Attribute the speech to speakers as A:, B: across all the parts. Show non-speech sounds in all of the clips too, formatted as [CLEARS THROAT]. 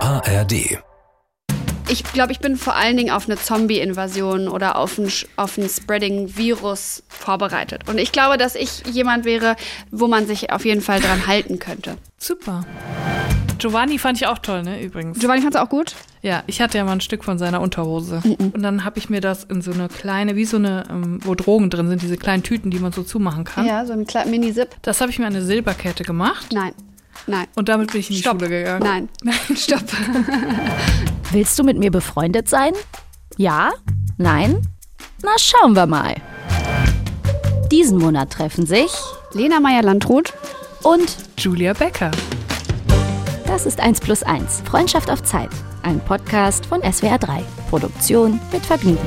A: ARD.
B: Ich glaube, ich bin vor allen Dingen auf eine Zombie-Invasion oder auf ein, auf ein Spreading-Virus vorbereitet. Und ich glaube, dass ich jemand wäre, wo man sich auf jeden Fall dran halten könnte.
C: Super. Giovanni fand ich auch toll, ne, übrigens.
B: Giovanni fand es auch gut?
C: Ja, ich hatte ja mal ein Stück von seiner Unterhose.
B: Mm,
C: Und dann habe ich mir das in so eine kleine, wie so eine, ähm, wo Drogen drin sind, diese kleinen Tüten, die man so zumachen kann.
B: Ja, so ein kleiner Mini-Zip.
C: Das habe ich mir an eine Silberkette gemacht
B: Nein, nein,
C: und damit bin ich in die
B: Stopp.
C: Schule gegangen. [LAUGHS]
B: nein. Stopp.
D: Willst du mit mir befreundet sein? Ja? Nein? Na, schauen wir mal. Diesen Monat treffen sich
B: Lena Meyer-Landrut.
D: und
C: Julia Becker.
D: das ist 1 plus 1, Freundschaft auf Zeit. Ein Podcast von SWR 3. Produktion mit Vergnügen.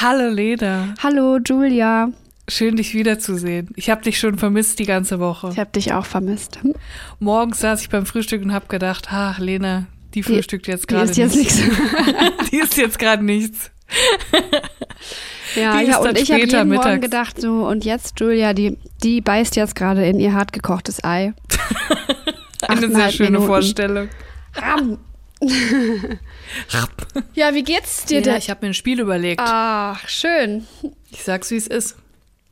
C: Hallo Leda,
B: Hallo, Julia.
C: schön dich wiederzusehen. Ich habe dich schon vermisst die ganze Woche.
B: Ich habe dich auch vermisst. Hm?
C: Morgens saß ich beim Frühstück und habe gedacht, ach Lena, die frühstückt jetzt
B: Hier
C: gerade
B: ist jetzt
C: nichts.
B: nichts.
C: [LAUGHS] Die ist jetzt gerade nichts.
B: Ja,
C: Die
B: ja
C: ist dann
B: und ich habe jeden
C: später
B: Morgen
C: mittags.
B: gedacht, so, und jetzt Julia, die, die beißt jetzt gerade in ihr hart gekochtes
C: [LAUGHS]
B: Ei.
C: Eine sehr
B: Achteinhalb
C: schöne
B: Minuten.
C: Vorstellung.
B: Ram. ja, wie geht's dir Ah.
C: Lena,
B: denn?
C: ich habe mir ein Spiel überlegt.
B: Ach, schön.
C: Ich sag's, wie es ist.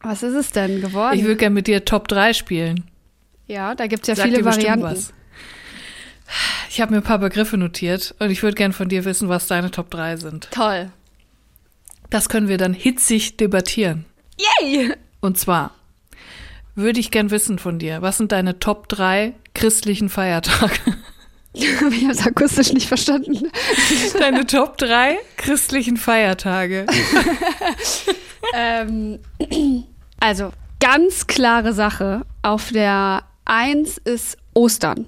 B: Was ist es denn geworden?
C: Ich würde gerne mit dir Top 3 spielen.
B: ja, da gibt's ja
C: Sagt
B: viele
C: dir bestimmt
B: Varianten.
C: was. Ich habe mir ein paar Begriffe notiert und ich würde gerne von dir wissen, was deine Top 3 sind.
B: Toll.
C: Das können wir dann hitzig debattieren.
B: [LAUGHS] Yay!
C: Und zwar würde ich gern wissen von dir, was sind deine Top 3 christlichen Feiertage?
B: [LAUGHS] ich habe es akustisch nicht verstanden.
C: Deine Top 3 christlichen Feiertage.
B: ähm, [CLEARS THROAT] also, ganz klare Sache. Auf der Eins ist Ostern.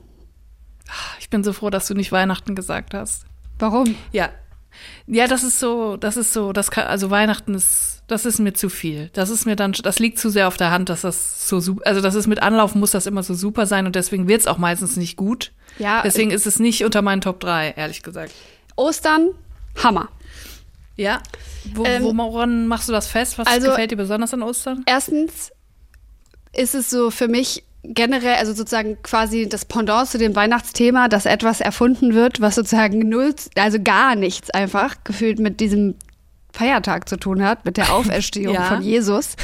C: Ich bin so froh, dass du nicht Weihnachten gesagt hast.
B: Warum?
C: Ja. Ja, das ist so, das ist so, das kann, also Weihnachten ist, das ist mir zu viel. Das ist mir dann, das liegt zu sehr auf der Hand, dass das so super, also das ist mit Anlauf muss das immer so super sein und deswegen wird's auch meistens nicht gut.
B: Ja, äh,
C: Deswegen ist es nicht unter meinen Top 3, ehrlich gesagt.
B: Ostern, Hammer.
C: Ja. Wo,
B: Ähm,
C: woran machst du das fest? Was
B: also-
C: gefällt dir besonders an Ostern?
B: Erstens ist es so für mich generell, also sozusagen quasi das Pendant zu dem Weihnachtsthema, dass etwas erfunden wird, was sozusagen null, also gar nichts einfach gefühlt mit diesem Feiertag zu tun hat, mit
C: [LAUGHS]
B: der Auferstehung
C: Ja.
B: von Jesus.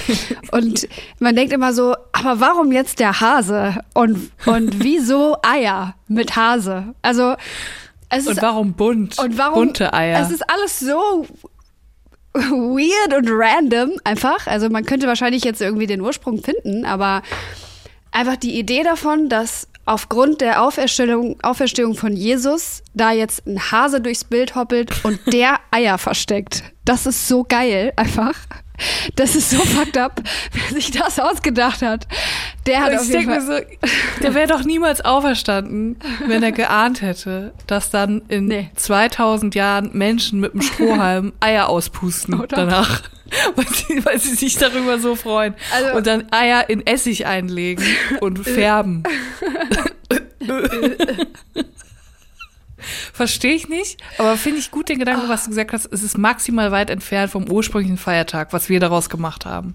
B: Und man denkt immer so, aber warum jetzt der Hase? Und, und wieso Eier mit Hase? Also, es ist
C: Und warum bunt?
B: und warum?
C: Bunte Eier.
B: Es ist alles so weird und random einfach. Also man könnte wahrscheinlich jetzt irgendwie den Ursprung finden, aber einfach die Idee davon, dass aufgrund der Auferstehung, Auferstehung von Jesus da jetzt ein Hase durchs Bild hoppelt und
C: [LAUGHS]
B: der Eier versteckt. Das ist so geil einfach. Das ist so fucked up, wer sich das ausgedacht hat. Der hat auf
C: ich
B: jeden
C: denke mir
B: Fall
C: so, der wäre doch niemals auferstanden, wenn er geahnt hätte, dass dann in 2000 Jahren Menschen mit
B: [LAUGHS]
C: einem Strohhalm Eier auspusten
B: Oder?
C: danach, [LAUGHS] weil sie, weil sie sich darüber so freuen
B: Also-
C: und dann Eier in Essig einlegen
B: [LAUGHS]
C: und färben. Verstehe ich nicht, aber finde ich gut den Gedanken,
B: Ah.
C: was du gesagt hast. Es ist maximal weit entfernt vom ursprünglichen Feiertag, was wir daraus gemacht haben.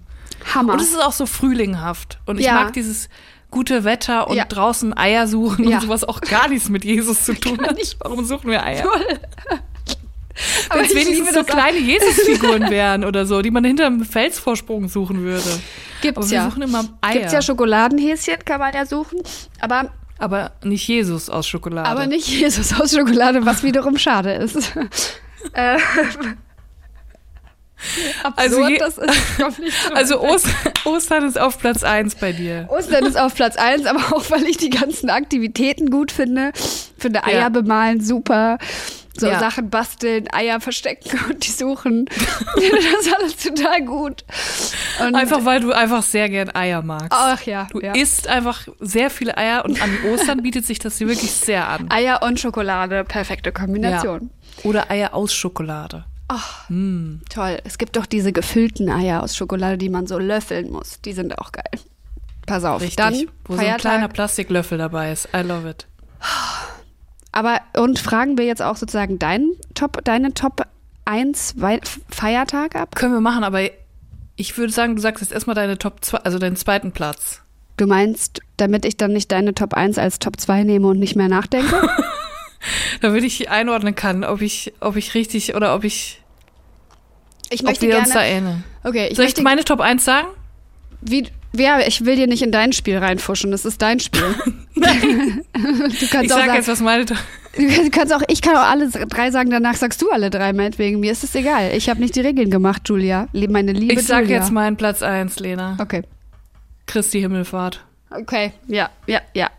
B: Hammer.
C: Und es ist auch so frühlinghaft. Und ich
B: Ja.
C: mag dieses gute Wetter und
B: Ja.
C: draußen Eier suchen
B: Ja.
C: und sowas auch gar nichts mit Jesus
B: [LAUGHS]
C: zu tun hat. Warum suchen wir Eier?
B: Aber
C: Wenn es
B: ich
C: wenigstens
B: liebe
C: so
B: das auch. [LAUGHS]
C: kleine Jesusfiguren wären oder so, die man hinterm Felsvorsprung suchen würde.
B: Gibt's
C: Aber wir
B: ja.
C: suchen immer Eier.
B: Gibt's ja Schokoladenhäschen, kann man ja suchen. Aber
C: aber nicht Jesus aus Schokolade.
B: Aber nicht Jesus aus Schokolade, was wiederum schade
C: [LAUGHS]
B: ist. Äh, Absurd,
C: Ähm. Also je-
B: das ist kommt nicht drüber.
C: Also Ost [LAUGHS] Ostern ist auf Platz 1 bei dir.
B: Ostern ist auf Platz 1, aber auch weil ich die ganzen Aktivitäten gut finde. Finde Eier
C: Ja.
B: bemalen super. So
C: Ja.
B: Sachen basteln, Eier verstecken und die suchen. [LAUGHS] Ich finde das alles total gut. Und
C: Einfach weil du einfach sehr gern Eier magst.
B: Ach ja,
C: Du
B: ja.
C: isst einfach sehr viele Eier und an Ostern bietet sich das dir wirklich sehr an.
B: Eier und Schokolade, perfekte Kombination.
C: Ja. Oder Eier aus Schokolade.
B: Toll. Es gibt doch diese gefüllten Eier aus Schokolade, die man so löffeln muss. Die sind auch geil. Pass auf.
C: Richtig.
B: Dann
C: wo so ein
B: Feiertag.
C: kleiner Plastiklöffel dabei ist. I love it.
B: Aber und fragen wir jetzt auch sozusagen deinen Top, deine Top 1 Wei- Feiertag ab?
C: Können wir machen, aber ich würde sagen, du sagst jetzt erstmal deine Top 2, also deinen zweiten Platz.
B: Du meinst, damit ich dann nicht deine Top 1 als Top 2 nehme und nicht mehr nachdenke?
C: damit ich einordnen kann, ob ich, ob ich richtig oder ob ich,
B: [LAUGHS] Ich
C: ob wir uns da ähneln.
B: okay, ich
C: Soll
B: möchte
C: ich meine Top 1 sagen?
B: wie, ja, ich will dir nicht in dein Spiel reinfuschen. Das ist dein [LAUGHS] Spiel. [LAUGHS] du kannst
C: Ich
B: auch
C: sage
B: sagen,
C: jetzt, was meine Top
B: du kannst auch, ich kann auch alle drei sagen. Danach sagst du alle drei. Meinetwegen mir ist es egal. Ich habe nicht die Regeln gemacht, Julia. Lieb- Meine liebe
C: Ich sag
B: Julia.
C: jetzt meinen Platz 1, Lena.
B: Okay,
C: Christi Himmelfahrt.
B: okay, ja, ja, ja.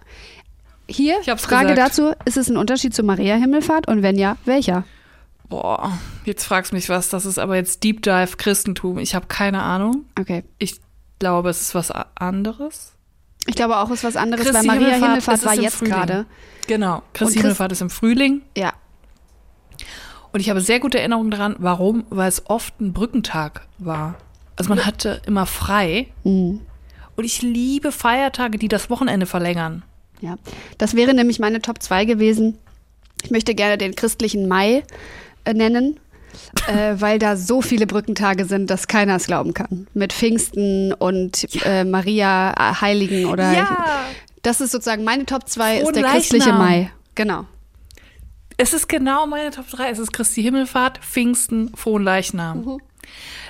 B: Hier
C: Ich hab's
B: Frage
C: gesagt.
B: dazu: Ist es ein Unterschied zu Maria Himmelfahrt und wenn ja, welcher?
C: Boah, jetzt fragst mich was. Das ist aber jetzt Deep Dive Christentum. Ich habe keine Ahnung.
B: Okay.
C: Ich glaube, es ist was a- anderes.
B: Ich glaube auch, es ist was anderes,
C: Christi
B: weil Maria
C: Himmelfahrt,
B: Himmelfahrt
C: es
B: war
C: ist im
B: jetzt
C: Frühling.
B: gerade.
C: Genau. Christi
B: Christ-
C: Himmelfahrt ist im Frühling.
B: Ja,
C: Und ich habe sehr gute Erinnerungen daran. Warum? Weil es oft ein Brückentag war. Also man hatte immer frei.
B: Mm.
C: Und ich liebe Feiertage, die das Wochenende verlängern.
B: Ja, das wäre nämlich meine Top 2 gewesen. Ich möchte gerne den christlichen Mai äh,
C: [LAUGHS]
B: nennen, äh, weil da so viele Brückentage sind, dass keiner es glauben kann. Mit Pfingsten und äh, Maria äh, Heiligen oder das ist sozusagen meine Top 2 ist
C: Frohen
B: der christliche
C: Leichnam.
B: Mai. Genau.
C: Es ist genau meine Top 3. Es ist Christi Himmelfahrt, Pfingsten, Frohnleichnam.
B: Mhm.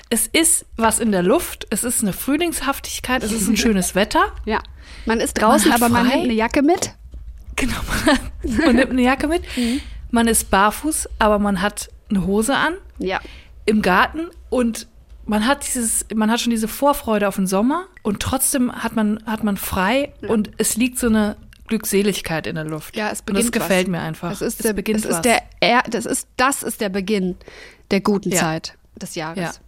C: Es ist was in der Luft. Es ist eine Frühlingshaftigkeit. Es ist ein
B: [LAUGHS]
C: schönes Wetter.
B: Ja. Man ist draußen,
C: Man hat
B: aber man
C: frei.
B: nimmt eine Jacke mit.
C: Genau. Man nimmt eine Jacke mit.
B: Mhm.
C: Man ist barfuß, aber man hat eine Hose an
B: Ja.
C: im Garten und man hat dieses, man hat schon diese Vorfreude auf den Sommer und trotzdem hat man, hat man frei und es liegt so eine Glückseligkeit in der Luft.
B: Ja, es
C: und das
B: beginnt
C: gefällt
B: was.
C: mir einfach.
B: Es ist der,
C: beginnt
B: es
C: was.
B: ist der er, das ist das ist der Beginn der guten
C: Ja.
B: Zeit des
C: ja.
B: Jahres.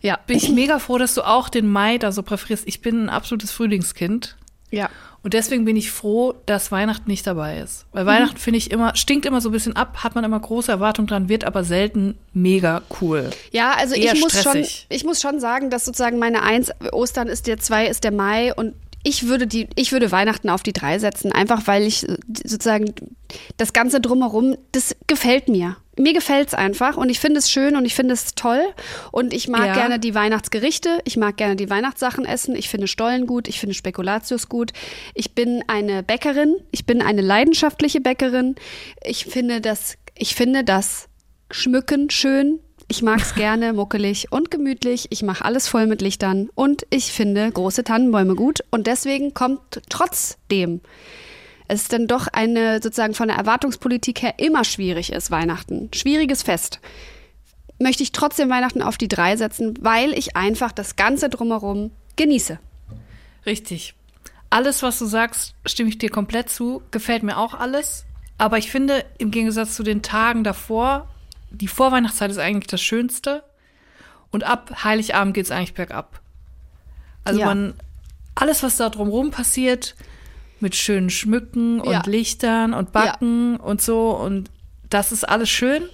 B: Ja.
C: Bin ich mega froh, dass du auch den Mai da so präferierst. Ich bin ein absolutes Frühlingskind.
B: Ja.
C: Und deswegen bin ich froh, dass Weihnachten nicht dabei ist. Weil
B: Mhm.
C: Weihnachten finde ich immer, stinkt immer so ein bisschen ab, hat man immer große Erwartungen dran, wird aber selten mega cool.
B: Ja, also
C: Eher
B: ich muss, schon,
C: stressig.
B: ich muss schon sagen, dass sozusagen meine Eins Ostern ist der zwei ist der Mai und ich würde die, ich würde Weihnachten auf die drei setzen, einfach weil ich äh, sozusagen das Ganze drumherum, das gefällt mir. Mir gefällt's einfach und ich finde es schön und ich finde es toll und ich mag
C: Ja.
B: gerne die Weihnachtsgerichte, ich mag gerne die Weihnachtssachen essen, ich finde Stollen gut, ich finde Spekulatius gut, ich bin eine Bäckerin, ich bin eine leidenschaftliche Bäckerin, ich finde das, ich finde das Schmücken schön, ich mag's gerne muckelig und gemütlich, ich mache alles voll mit Lichtern und ich finde große Tannenbäume gut und deswegen kommt trotzdem es ist dann doch eine sozusagen von der Erwartungspolitik her immer schwierig ist, Weihnachten. Schwieriges Fest. Möchte ich trotzdem Weihnachten auf die drei setzen, weil ich einfach das Ganze drumherum genieße.
C: Richtig. Alles, was du sagst, stimme ich dir komplett zu. Gefällt mir auch alles. Aber ich finde, im Gegensatz zu den Tagen davor, die Vorweihnachtszeit ist eigentlich das Schönste. Und ab Heiligabend geht es eigentlich bergab. Also
B: Ja.
C: man, alles, was da drumherum passiert, mit schönen Schmücken und
B: Ja.
C: Lichtern und Backen und so. Und das ist alles schön.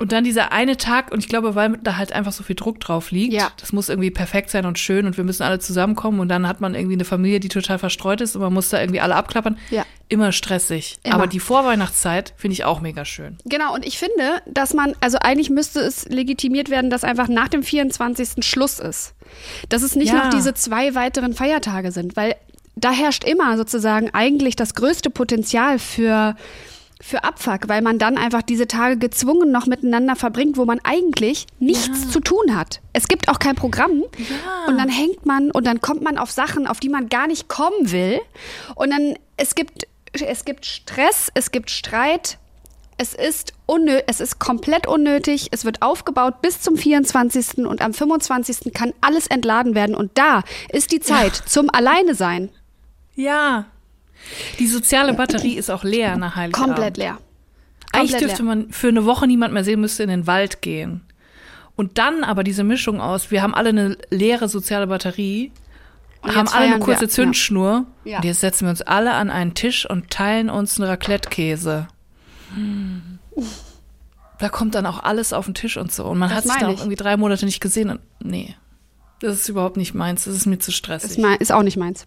C: Und dann dieser eine Tag, und ich glaube, weil da halt einfach so viel Druck drauf liegt,
B: Ja.
C: das muss irgendwie perfekt sein und schön und wir müssen alle zusammenkommen und dann hat man irgendwie eine Familie, die total verstreut ist und man muss da irgendwie alle abklappern.
B: Ja.
C: Immer stressig.
B: Immer.
C: Aber die Vorweihnachtszeit finde ich auch mega schön.
B: Genau, und ich finde, dass man, also eigentlich müsste es legitimiert werden, dass einfach nach dem 24. Schluss ist. Dass es nicht
C: Ja.
B: noch diese zwei weiteren Feiertage sind, weil da herrscht immer sozusagen eigentlich das größte Potenzial für, für Abfuck, weil man dann einfach diese Tage gezwungen noch miteinander verbringt, wo man eigentlich nichts zu tun hat. Es gibt auch kein Programm. Und dann hängt man und dann kommt man auf Sachen, auf die man gar nicht kommen will. Und dann, es gibt, es gibt Stress, es gibt Streit, es ist, unnö es ist komplett unnötig. Es wird aufgebaut bis zum 24. und am 25. kann alles entladen werden. Und da ist die Zeit zum Alleine sein.
C: Ja. Die soziale Batterie ist auch leer nach Heiligabend.
B: Komplett leer.
C: Eigentlich
B: komplett
C: dürfte man für eine Woche niemand mehr sehen, müsste in den Wald gehen. Und dann aber diese Mischung aus, wir haben alle eine leere soziale Batterie,
B: Und
C: haben
B: jetzt
C: alle eine
B: feiern
C: kurze
B: wir.
C: Zündschnur.
B: Ja.
C: Und jetzt setzen wir uns alle an einen Tisch und teilen uns einen Raclette-Käse. Da kommt dann auch alles auf den Tisch und so. Und man
B: Das
C: hat sich
B: meine
C: dann auch
B: ich.
C: irgendwie drei Monate nicht gesehen. Und nee, das ist überhaupt nicht meins. Das ist mir zu
B: Ja.
C: stressig.
B: Ist, mein, ist auch nicht meins.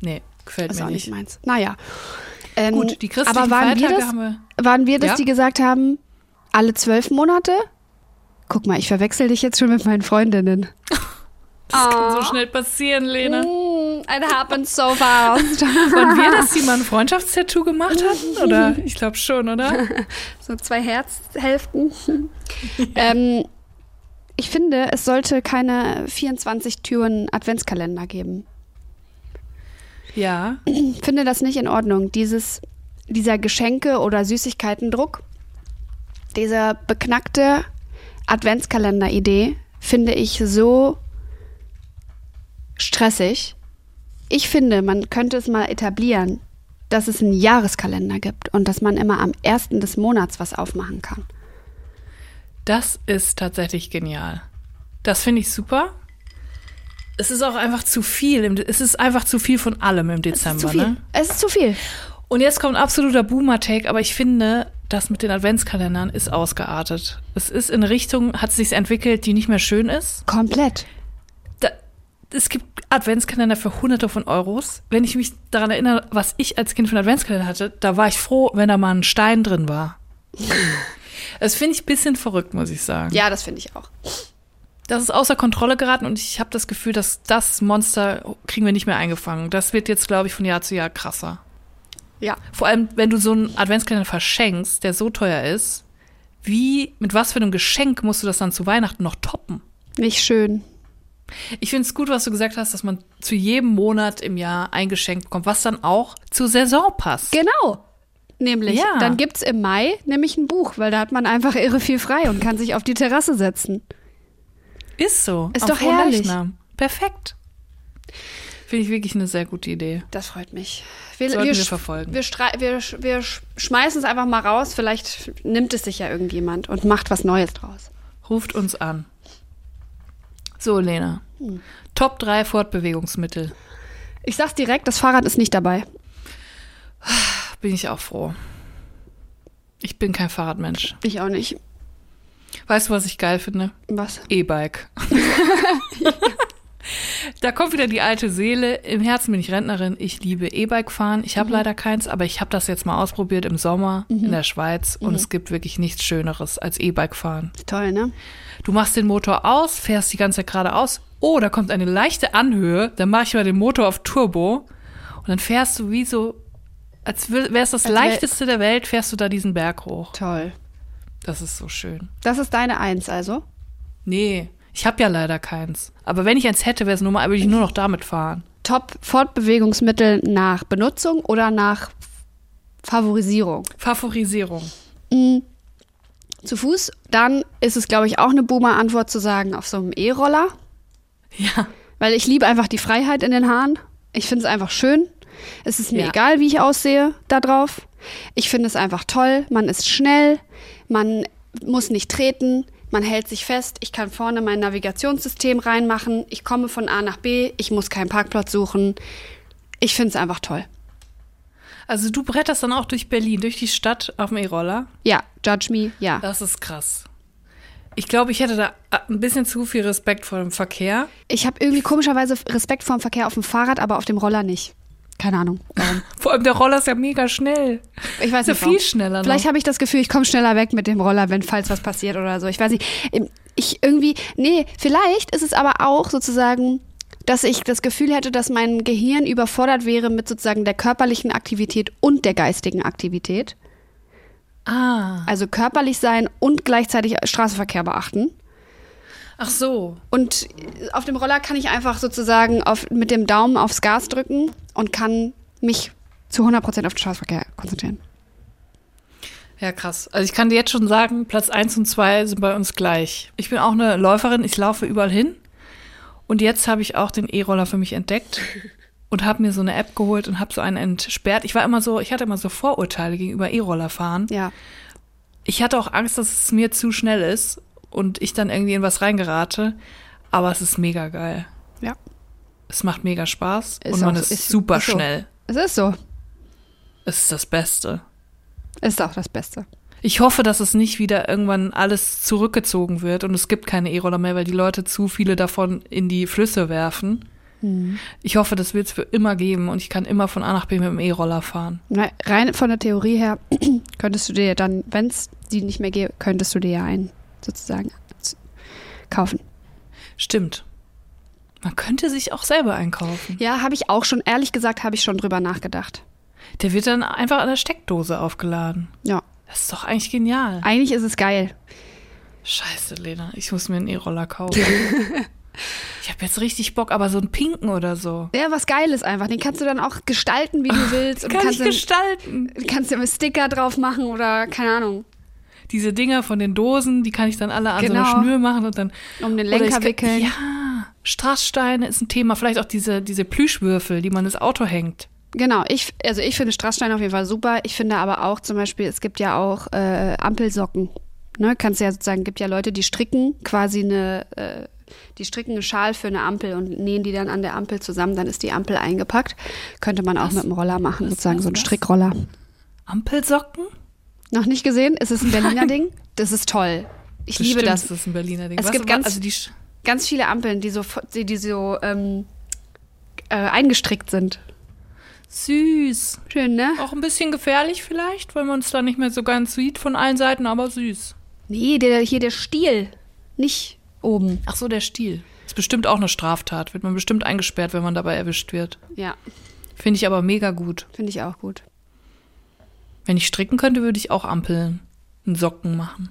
C: nee, gefällt
B: Ist
C: mir
B: auch nicht
C: nicht.
B: meins. Naja. Ähm,
C: Gut, die christlichen
B: aber waren wir
C: Feiertage
B: das,
C: haben wir-
B: Waren wir das,
C: Ja?
B: die gesagt haben, alle zwölf Monate? Guck mal, ich verwechsel dich jetzt schon mit meinen Freundinnen. Ah.
C: Das kann so schnell passieren, Lena.
B: Mm, It happens so [LAUGHS] fast.
C: Waren wir das, die mal ein Freundschaftstattoo gemacht
B: [LAUGHS]
C: hatten? Oder? Ich glaube schon, oder?
B: So zwei Herzhälften. ähm, ich finde, es sollte keine 24 Türen Adventskalender geben.
C: Ja.
B: Ich finde das nicht in Ordnung. Dieses, dieser Geschenke- oder Süßigkeiten-Druck, diese beknackte Adventskalender-Idee, finde ich so stressig. Ich finde, man könnte es mal etablieren, dass es einen Jahreskalender gibt und dass man immer am ersten des Monats was aufmachen kann.
C: Das ist tatsächlich genial. Das finde ich super. Es ist auch einfach zu viel. Im, De- es ist einfach zu viel von allem im
B: Es ist
C: Dezember.
B: zu viel.
C: Ne?
B: Es ist zu viel.
C: Und jetzt kommt ein absoluter Boomer-Take, aber ich finde, das mit den Adventskalendern ist ausgeartet. Es ist in Richtung, hat sich entwickelt, die nicht mehr schön ist.
B: Komplett.
C: Da, es gibt Adventskalender für hunderte von Euros. Wenn ich mich daran erinnere, was ich als Kind für einen Adventskalender hatte, da war ich froh, wenn da mal ein Stein drin war. Das finde ich ein bisschen verrückt, muss ich sagen.
B: Ja, das finde ich auch.
C: Das ist außer Kontrolle geraten und ich habe das Gefühl, dass das Monster kriegen wir nicht mehr eingefangen. Das wird jetzt, glaube ich, von Jahr zu Jahr krasser.
B: Ja.
C: Vor allem, wenn du so einen Adventskalender verschenkst, der so teuer ist, wie, mit was für einem Geschenk musst du das dann zu Weihnachten noch toppen?
B: Nicht schön.
C: Ich finde es gut, was du gesagt hast, dass man zu jedem Monat im Jahr ein Geschenk bekommt, was dann auch zur Saison passt.
B: Genau. Nämlich,
C: Ja.
B: dann gibt es im Mai nämlich ein Buch, weil da hat man einfach irre viel frei und kann sich auf die Terrasse setzen.
C: Ist so.
B: Ist
C: Am
B: doch herrlich.
C: Frohleichnam. Perfekt. Finde ich wirklich eine sehr gute Idee.
B: Das freut mich. Wir,
C: Sollten wir
B: sch-
C: verfolgen.
B: Wir, strei- wir, sch- wir sch- schmeißen es einfach mal raus. Vielleicht nimmt es sich ja irgendjemand und macht was Neues draus.
C: Ruft uns an. So, Lena. Top 3 Fortbewegungsmittel.
B: Ich sag's direkt, das Fahrrad ist nicht dabei.
C: Bin ich auch froh. Ich bin kein Fahrradmensch.
B: Ich auch nicht.
C: Weißt du, was ich geil finde?
B: Was?
C: E-Bike. [LAUGHS] da kommt wieder die alte Seele. Im Herzen bin ich Rentnerin. Ich liebe E-Bike fahren. Ich habe
B: Mhm.
C: leider keins, aber ich habe das jetzt mal ausprobiert im Sommer in der Schweiz
B: Mhm.
C: und es gibt wirklich nichts Schöneres als E-Bike fahren.
B: Toll, ne?
C: Du machst den Motor aus, fährst die ganze Zeit geradeaus. Oh, da kommt eine leichte Anhöhe. Dann mache ich mal den Motor auf Turbo und dann fährst du wie so, als wär- wär's das
B: Als wär-
C: leichteste der Welt, fährst du da diesen Berg hoch.
B: Toll.
C: Das ist so schön.
B: Das ist deine Eins also.
C: Nee, ich habe ja leider keins. Aber wenn ich eins hätte, wäre es nur mal, würde ich nur noch damit fahren.
B: Top Fortbewegungsmittel nach Benutzung oder nach Favorisierung. [LAUGHS]
C: Favorisierung.
B: Zu Fuß, dann ist es, glaube ich, auch eine Boomer-Antwort zu sagen auf so einem E-Roller.
C: Ja.
B: Weil ich liebe einfach die Freiheit in den Haaren. Ich finde es einfach schön. Es ist mir
C: Ja.
B: egal, wie ich aussehe da drauf. Ich finde es einfach toll. Man ist schnell, man muss nicht treten, man hält sich fest. Ich kann vorne mein Navigationssystem reinmachen. Ich komme von A nach B. Ich muss keinen Parkplatz suchen. Ich finde es einfach toll.
C: Also du bretterst dann auch durch Berlin, durch die Stadt auf dem E-Roller.
B: Ja, judge me, ja.
C: Das ist krass. Ich glaube, ich hätte da äh, ein bisschen zu viel Respekt vor dem Verkehr.
B: Ich habe irgendwie komischerweise Respekt vor dem Verkehr auf dem Fahrrad, aber auf dem Roller nicht. Keine Ahnung. Warum.
C: Vor allem der Roller ist ja mega schnell.
B: Ich weiß
C: [LAUGHS] Ist ja
B: nicht. warum.
C: viel schneller noch.
B: Vielleicht habe ich das Gefühl, ich komme schneller weg mit dem Roller, wenn falls was passiert oder so. Ich weiß nicht. Ähm, Ich irgendwie, nee, vielleicht ist es aber auch sozusagen, dass ich das Gefühl hätte, dass mein Gehirn überfordert wäre mit sozusagen der körperlichen Aktivität und der geistigen Aktivität.
C: Ah.
B: Also körperlich sein und gleichzeitig Straßenverkehr beachten.
C: Ach so.
B: Und auf dem Roller kann ich einfach sozusagen auf, mit dem Daumen aufs Gas drücken und kann mich zu 100% auf den Straßenverkehr konzentrieren.
C: Ja, krass. Also ich kann dir jetzt schon sagen, Platz 1 und 2 sind bei uns gleich. Ich bin auch eine Läuferin, ich laufe überall hin. Und jetzt habe ich auch den E-Roller für
B: [LAUGHS]
C: mich entdeckt und habe mir so eine App geholt und habe so einen entsperrt. Ich war immer so, ich hatte immer so Vorurteile gegenüber E-Roller fahren.
B: Ja.
C: Ich hatte auch Angst, dass es mir zu schnell ist und ich dann irgendwie in was reingerate. Aber es ist mega geil.
B: Ja.
C: Es macht mega Spaß
B: Ist
C: und man
B: auch-
C: ist,
B: ist-
C: super
B: ist so.
C: schnell.
B: Es ist so.
C: Es ist das Beste.
B: Ist auch das Beste.
C: Ich hoffe, dass es nicht wieder irgendwann alles zurückgezogen wird und es gibt keine E-Roller mehr, weil die Leute zu viele davon in die Flüsse werfen. Ich hoffe, das wird es für immer geben und ich kann immer von A nach B mit dem E-Roller fahren.
B: Na, Ne, rein von der Theorie her [CLEARS THROAT] könntest du dir dann, wenn es die nicht mehr gäbe, könntest du dir ja einen sozusagen z- kaufen.
C: Stimmt. Man könnte sich auch selber einkaufen.
B: Ja, habe ich auch schon, ehrlich gesagt, habe ich schon drüber nachgedacht.
C: Der wird dann einfach an der Steckdose aufgeladen.
B: Ja.
C: Das ist doch eigentlich genial.
B: Eigentlich ist es geil.
C: Scheiße, Lena, ich muss mir einen E-Roller kaufen. ich habe jetzt richtig Bock, aber so einen pinken oder so.
B: Ja, was Geiles einfach. Den kannst du dann auch gestalten, wie du willst.
C: Kann ich
B: kannst dann-
C: gestalten.
B: kannst du einen Sticker drauf machen oder keine Ahnung.
C: Diese Dinger von den Dosen, die kann ich dann alle an so
B: Genau.
C: eine Schnür machen und dann
B: Um den
C: Oder ich
B: Lenker
C: kann-
B: wickeln.
C: Ja, Strasssteine ist ein Thema. Vielleicht auch diese, diese Plüschwürfel, die man ins Auto hängt.
B: Genau, ich, also ich finde Strasssteine auf jeden Fall super. Ich finde aber auch zum Beispiel, es gibt ja auch äh, Ampelsocken. Ne, kannst ja sozusagen, gibt ja Leute, die stricken quasi eine, äh, die stricken einen Schal für eine Ampel und nähen die dann an der Ampel zusammen, dann ist die Ampel eingepackt. Könnte man auch mit dem Roller machen, sozusagen so ein
C: was?
B: Strickroller.
C: Ampelsocken?
B: Noch nicht gesehen? Ist es ein Berliner Ding? Das ist toll. Ich liebe
C: Bestimmt
B: das.
C: ist das ein Berliner Ding.
B: Es
C: Was-
B: gibt ganz-
C: also die Sch-
B: Ganz viele Ampeln, die so, die, die so ähm, äh, eingestrickt sind.
C: süß.
B: Schön, ne?
C: Auch ein bisschen gefährlich vielleicht, weil man es da nicht mehr so ganz sieht von allen Seiten, aber süß.
B: Nee, der, hier der Stiel. Nicht Oh. oben.
C: Ach so, der Stiel. Ist bestimmt auch eine Straftat. Wird man bestimmt eingesperrt, wenn man dabei erwischt wird.
B: Ja,
C: Finde ich aber mega gut.
B: finde ich auch gut.
C: Wenn ich stricken könnte, würde ich auch Ampeln und Socken machen.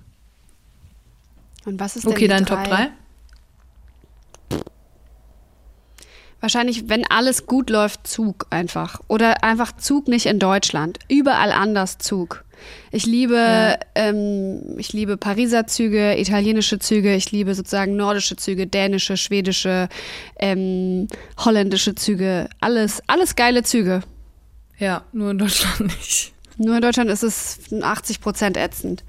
B: Und was ist denn
C: Okay,
B: die
C: dein Top 3?
B: Wahrscheinlich, wenn alles gut läuft, Zug einfach. Oder einfach Zug nicht in Deutschland. Überall anders Zug. Ich liebe, ähm, ich liebe Pariser Züge, italienische Züge, ich liebe sozusagen nordische Züge, dänische, schwedische, ähm, holländische Züge, alles, alles geile Züge.
C: Ja, nur in Deutschland [LAUGHS] nicht.
B: Nur in Deutschland ist es 80 Prozent ätzend.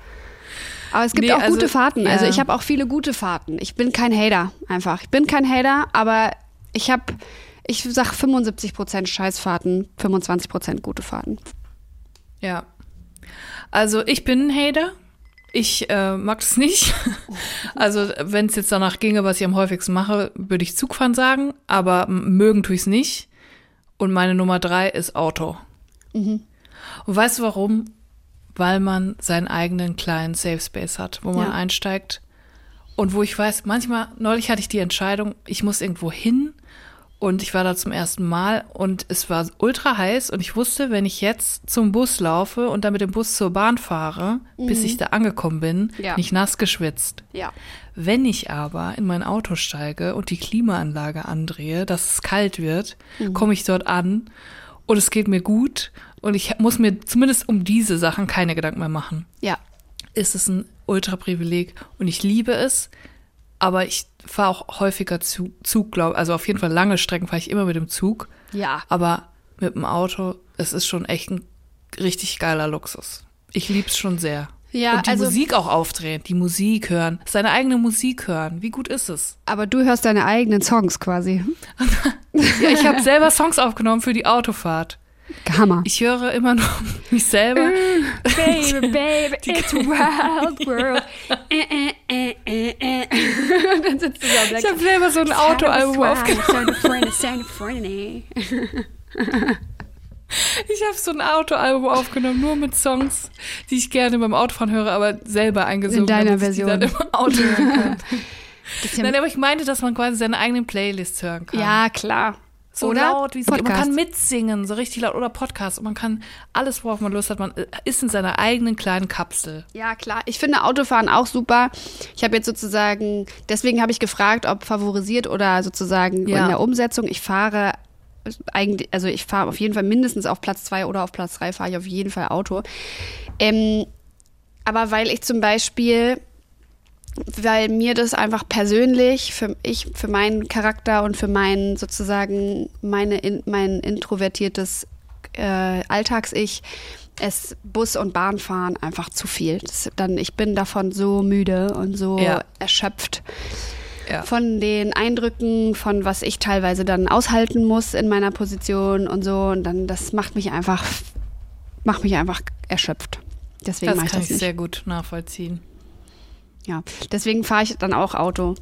B: Aber es gibt
C: Nee,
B: auch
C: also-
B: gute Fahrten. Also
C: ja.
B: ich habe auch viele gute Fahrten. Ich bin kein Hater einfach. Ich bin kein Hater, aber ich habe, ich sag 75 Prozent Scheißfahrten, 25 Prozent gute Fahrten.
C: Ja. Also ich bin ein Hater. Ich äh, mag es nicht. [LAUGHS] Also wenn es jetzt danach ginge, was ich am häufigsten mache, würde ich Zugfahren sagen. Aber m- mögen tue ich es nicht. Und meine Nummer drei ist Auto. Und weißt du warum? Weil man seinen eigenen kleinen Safe Space hat, wo man
B: Ja.
C: einsteigt. Und wo ich weiß, manchmal, neulich hatte ich die Entscheidung, ich muss irgendwo hin. Und ich war da zum ersten Mal und es war ultra heiß und ich wusste, wenn ich jetzt zum Bus laufe und dann mit dem Bus zur Bahn fahre, bis ich da angekommen bin,
B: Mhm. Ja.
C: bin ich nass geschwitzt.
B: Ja.
C: Wenn ich aber in mein Auto steige und die Klimaanlage andrehe, dass es kalt wird,
B: Mhm.
C: komme ich dort an und es geht mir gut und ich muss mir zumindest um diese Sachen keine Gedanken mehr machen.
B: Ja.
C: Ist es ein Ultra-Privileg und ich liebe es, aber ich fahre auch häufiger Zug, Zug glaube also auf jeden Fall lange Strecken fahre ich immer mit dem Zug,
B: Ja.
C: aber mit dem Auto, es ist schon echt ein richtig geiler Luxus. Ich lieb's schon sehr.
B: Ja,
C: und die
B: also-
C: Musik auch aufdrehen, die Musik hören, seine eigene Musik hören. Wie gut ist es?
B: Aber du hörst deine eigenen Songs quasi.
C: Ja, ich habe selber Songs aufgenommen für die Autofahrt.
B: Hammer.
C: Ich höre immer nur [LAUGHS] mich selber.
B: Baby, baby, it's a wild world. Dann sitzt du da und
C: Ich habe selber so ein Autoalbum aufgenommen.
B: aufgenommen.
C: Ich habe so ein Autoalbum aufgenommen, nur mit Songs, die ich gerne beim Autofahren höre, aber selber eingesungen.
B: In deiner
C: damit ich die Dann
B: Version.
C: im Auto hören kann.
B: Das ist [LAUGHS] ja-
C: Nein, aber ich meinte, dass man quasi seine eigenen Playlists hören kann.
B: Ja, klar.
C: so
B: Oder
C: laut, wie es geht. Man
B: Podcast.
C: kann mitsingen, so richtig laut oder Podcast und man kann alles, worauf man Lust hat, man äh, ist in seiner eigenen kleinen Kapsel.
B: Ja, klar. Ich finde Autofahren auch super. Ich habe jetzt sozusagen, deswegen habe ich gefragt, ob favorisiert oder sozusagen
C: Ja.
B: in der Umsetzung. Ich fahre eigentlich, also ich fahre auf jeden Fall mindestens auf Platz zwei oder auf Platz drei fahre ich auf jeden Fall Auto. Ähm, aber weil ich zum Beispiel, weil mir das einfach persönlich, für ich, für meinen Charakter und für mein sozusagen meine, in, mein introvertiertes äh, Alltags-Ich, es Bus und Bahnfahren einfach zu viel. Das, dann, ich bin davon so müde und so
C: Ja.
B: erschöpft
C: Ja.
B: von den Eindrücken, von was ich teilweise dann aushalten muss in meiner Position und so. Und dann, das macht mich einfach, macht mich einfach erschöpft. Deswegen
C: Das
B: mache
C: kann
B: ich
C: ich
B: das nicht.
C: sehr gut nachvollziehen.
B: Ja. Deswegen fahre ich dann auch Auto.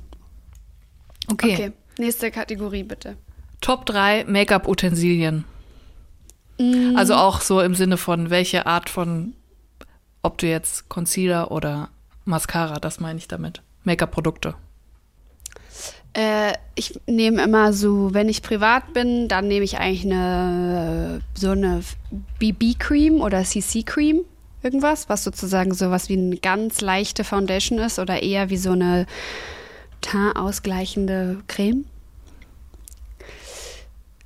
C: Okay.
B: nächste Kategorie bitte.
C: Top 3 Make-up-Utensilien. Also auch so im Sinne von, welche Art von, ob du jetzt Concealer oder Mascara, das meine ich damit. Make-up-Produkte.
B: Äh, ich nehme immer so, wenn ich privat bin, dann nehme ich eigentlich eine so eine BB-Cream oder CC-Cream, irgendwas, was sozusagen sowas wie eine ganz leichte Foundation ist oder eher wie so eine Teint ausgleichende Creme.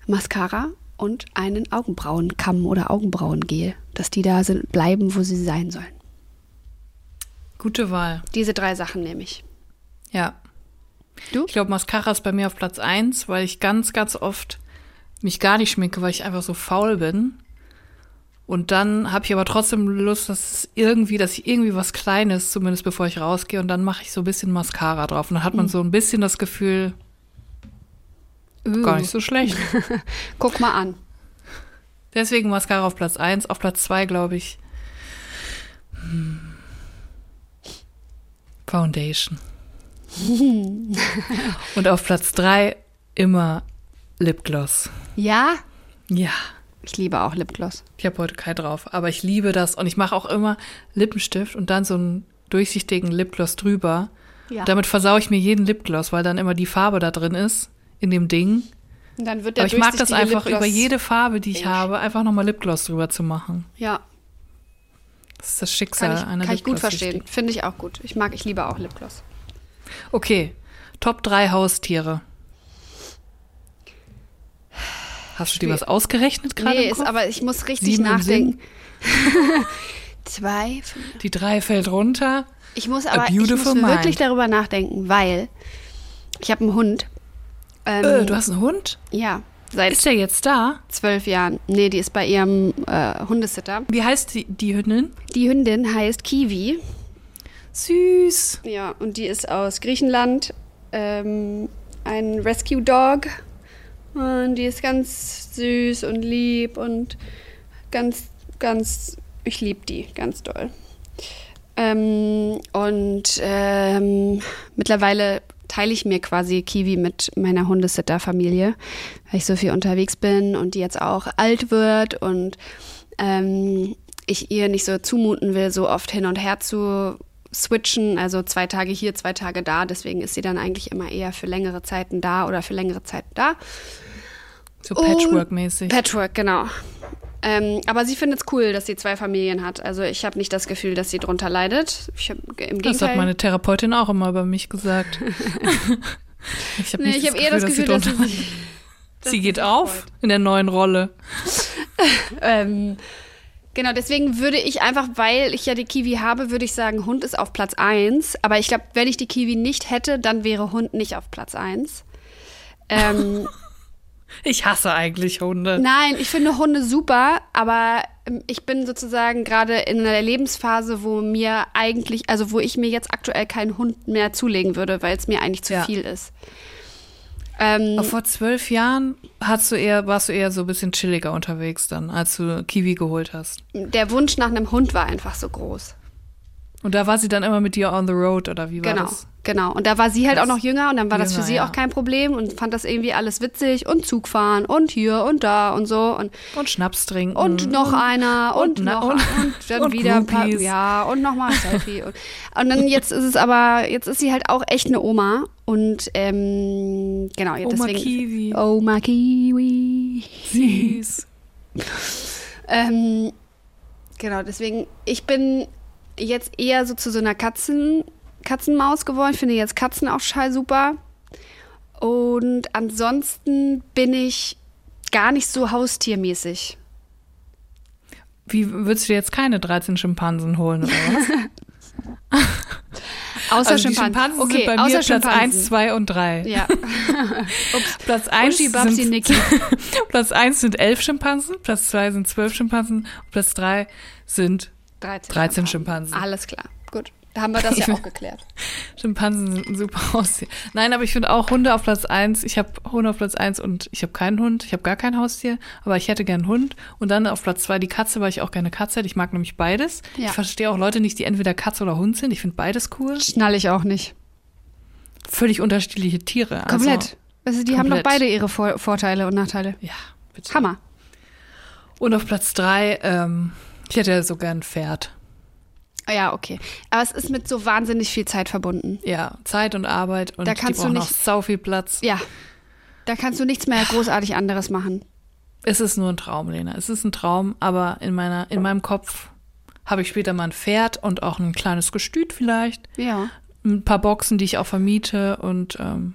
B: Mascara und einen Augenbrauenkamm oder Augenbrauengel, dass die da sind, bleiben, wo sie sein sollen.
C: Gute Wahl.
B: Diese drei Sachen nehme ich.
C: Ja.
B: Du?
C: Ich glaube, Mascara ist bei mir auf Platz eins, weil ich ganz, ganz oft mich gar nicht schminke, weil ich einfach so faul bin. Und dann habe ich aber trotzdem Lust, dass es irgendwie, dass ich irgendwie was Kleines, zumindest bevor ich rausgehe, und dann mache ich so ein bisschen Mascara drauf. Und dann hat man so ein bisschen das Gefühl, gar nicht so schlecht.
B: [LAUGHS] Guck mal an.
C: Deswegen Mascara auf Platz eins, auf Platz zwei glaube ich. hm, [LAUGHS] Foundation. Und auf Platz drei immer Lipgloss.
B: Ja,
C: Ja.
B: ich liebe auch Lipgloss.
C: Ich habe heute keinen drauf, aber ich liebe das und ich mache auch immer Lippenstift und dann so einen durchsichtigen Lipgloss drüber.
B: Ja.
C: Damit versaue ich mir jeden Lipgloss, weil dann immer die Farbe da drin ist in dem Ding.
B: Und dann wird der
C: Aber ich mag das
B: durchsichtige
C: einfach
B: Lipgloss-
C: über jede Farbe, die ich
B: Mensch.
C: habe, einfach nochmal Lipgloss drüber zu machen.
B: Ja,
C: Das ist das Schicksal
B: kann ich,
C: einer
B: kann ich gut
C: Lipgloss-Schicht.
B: verstehen. Finde ich auch gut. Ich mag, ich liebe auch Lipgloss.
C: Okay, Top 3 Haustiere. Hast du dir
B: Schwer.
C: was ausgerechnet gerade?
B: Nee,
C: im
B: ist,
C: Kopf?
B: aber ich muss richtig
C: Sieben im
B: nachdenken. [LAUGHS] Zwei. fünf.
C: die 3 fällt runter.
B: Ich muss aber ich muss
C: beautiful mind.
B: wirklich darüber nachdenken, weil ich habe einen Hund. Ähm,
C: Äh, du hast einen Hund?
B: Ja, seit
C: Ist der jetzt da?
B: zwölf Jahren. Nee, die ist bei ihrem äh, Hundesitter.
C: Wie heißt die, die Hündin?
B: Die Hündin heißt Kiwi.
C: Süß.
B: Ja, und die ist aus Griechenland. Ähm, ein Rescue Dog. Und die ist ganz süß und lieb und ganz, ganz, ich liebe die ganz doll. Ähm, und ähm, mittlerweile teile ich mir quasi Kiwi mit meiner Hundesitter-Familie, weil ich so viel unterwegs bin und die jetzt auch alt wird und ähm, ich ihr nicht so zumuten will, so oft hin und her zu switchen, also zwei Tage hier, zwei Tage da. Deswegen ist sie dann eigentlich immer eher für längere Zeiten da oder für längere Zeit da.
C: So
B: Und-
C: Patchwork-mäßig.
B: Patchwork, genau. Ähm, aber sie findet es cool, dass sie zwei Familien hat. Also ich habe nicht das Gefühl, dass sie drunter leidet. Ich hab, Im Gegenteil.
C: Das hat meine Therapeutin auch immer über mich gesagt.
B: [LAUGHS]
C: ich habe
B: nee, ich habe eher das Gefühl, dass sie,
C: sie,
B: sich-
C: sie geht auf in der neuen Rolle.
B: ähm, Genau, deswegen würde ich einfach, weil ich ja die Kiwi habe, würde ich sagen, Hund ist auf Platz 1. Aber ich glaube, wenn ich die Kiwi nicht hätte, dann wäre Hund nicht auf Platz 1. Ähm,
C: Ich hasse eigentlich Hunde.
B: Nein, ich finde Hunde super, aber ähm, ich bin sozusagen gerade in einer Lebensphase, wo mir eigentlich, also wo ich mir jetzt aktuell keinen Hund mehr zulegen würde, weil es mir eigentlich zu
C: Ja.
B: viel ist. Ähm,
C: Aber vor zwölf Jahren hast du eher, warst du eher so ein bisschen chilliger unterwegs dann, als du Kiwi geholt hast.
B: der Wunsch nach einem Hund war einfach so groß.
C: Und da war sie dann immer mit dir on the road oder wie war
B: Genau,
C: das?
B: genau. Und da war sie halt
C: Das-
B: auch noch jünger und dann war das für
C: Jünger,
B: sie
C: ja.
B: auch kein Problem und fand das irgendwie alles witzig und Zugfahren und hier und da und so und
C: Und Schnaps trinken.
B: und noch einer und,
C: Mhm. und-
B: noch
C: und- [LAUGHS]
B: und dann
C: und
B: wieder ein paar,
C: Groupies.
B: ja und nochmal ein Selfie und, und dann jetzt ist es aber jetzt ist sie halt auch echt eine Oma und ähm, genau ja,
C: Oma
B: deswegen Oh.
C: Kiwi.
B: Oma Kiwi
C: Süß.
B: ähm, genau deswegen ich bin jetzt eher so zu so einer Katzen Katzenmaus geworden ich finde jetzt Katzen auch schall super und ansonsten bin ich gar nicht so haustiermäßig
C: Wie würdest du dir jetzt keine 13 Schimpansen holen oder was?
B: Außer
C: also die
B: Schimpansen.
C: Schimpansen
B: okay,
C: sind bei
B: außer
C: mir Platz
B: Schimpansen.
C: 1, 2 und 3.
B: [LAUGHS] Ja.
C: Platz 1
B: Uschi, Babsi, [LAUGHS]
C: sind,
B: Niki.
C: [LAUGHS] Platz 1 sind 11 Schimpansen, Platz 2 sind 12 Schimpansen und Platz 3 sind
B: 13,
C: 13 Schimpansen.
B: Alles klar. Gut. Da haben wir das ja auch geklärt.
C: Schimpansen sind ein super [LAUGHS] Haustier. Nein, aber ich finde auch Hunde auf Platz 1. Ich habe Hunde auf Platz 1 und ich habe keinen Hund. Ich habe gar kein Haustier, aber ich hätte gern einen Hund. Und dann auf Platz 2 die Katze, weil ich auch gerne Katze hätte. Ich mag nämlich beides.
B: Ja.
C: Ich verstehe auch Leute nicht, die entweder Katze oder Hund sind. Ich finde beides cool.
B: Schnall ich auch nicht.
C: Völlig unterschiedliche Tiere. Also,
B: Komplett. Also, die haben doch
C: komplett.
B: beide ihre Vor Vorteile und Nachteile.
C: Ja, bitte.
B: Hammer.
C: Und auf Platz 3, ähm, ich hätte ja so gern ein Pferd.
B: Ja, okay. Aber es ist mit so wahnsinnig viel Zeit verbunden.
C: Ja, Zeit und Arbeit und
B: Da
C: die
B: kannst du
C: brauchen auch
B: nicht-
C: sau viel Platz.
B: Ja. Da kannst du nichts mehr großartig anderes machen.
C: Es ist nur ein Traum, Lena. Es ist ein Traum, aber in meiner, in meinem Kopf habe ich später mal ein Pferd und auch ein kleines Gestüt vielleicht,
B: Ja.
C: ein paar Boxen, die ich auch vermiete und ähm,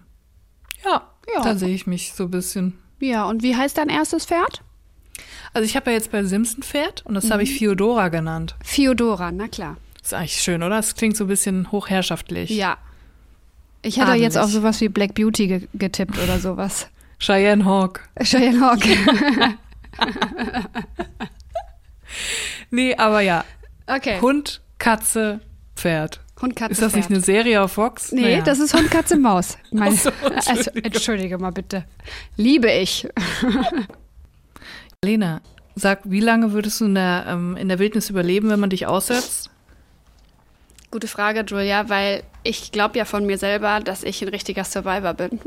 C: ja,
B: Ja.
C: da sehe ich mich so ein bisschen.
B: Ja, und wie heißt dein erstes Pferd?
C: Also ich habe ja jetzt bei Simpson Pferd und das habe
B: Mhm.
C: ich Fiodora genannt.
B: Fiodora, na klar.
C: Ist eigentlich schön, oder? Es klingt so ein bisschen hochherrschaftlich.
B: Ja. Ich hätte
C: Adelig.
B: jetzt auf sowas wie Black Beauty ge getippt oder sowas. [LAUGHS]
C: Cheyenne Hawk.
B: Cheyenne Hawk.
C: Nee, aber ja.
B: Okay.
C: Hund, Katze, Pferd.
B: Hund, Katze,
C: Ist das
B: Pferd.
C: nicht eine Serie auf Fox?
B: Nee,
C: Naja.
B: das ist Hund, Katze, Maus. Meine,
C: Ach so,
B: [LAUGHS] also,
C: Entschuldigung.
B: entschuldige mal bitte. Liebe ich.
C: Lena, sag, wie lange würdest du in der, ähm, in der Wildnis überleben, wenn man dich aussetzt?
B: Gute Frage, Julia, weil ich glaube ja von mir selber, dass ich ein richtiger Survivor bin.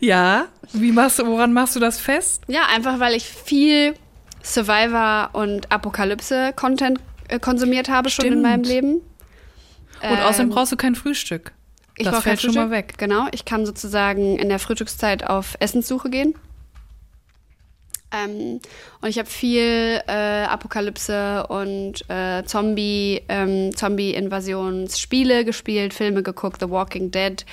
C: Ja. Wie machst du, woran machst du das fest?
B: Ja, einfach weil ich viel Survivor und Apokalypse-Content äh, konsumiert habe schon in
C: Stimmt.
B: meinem Leben.
C: Und außerdem brauchst du kein Frühstück.
B: Ähm. ich
C: das
B: brauch kein
C: fällt schon mal
B: Frühstück.
C: weg.
B: Genau, ich kann sozusagen in der Frühstückszeit auf Essenssuche gehen. Ähm, und ich habe viel äh, Apokalypse und äh, Zombie, ähm, Zombie-Invasionsspiele gespielt, Filme geguckt, The Walking Dead,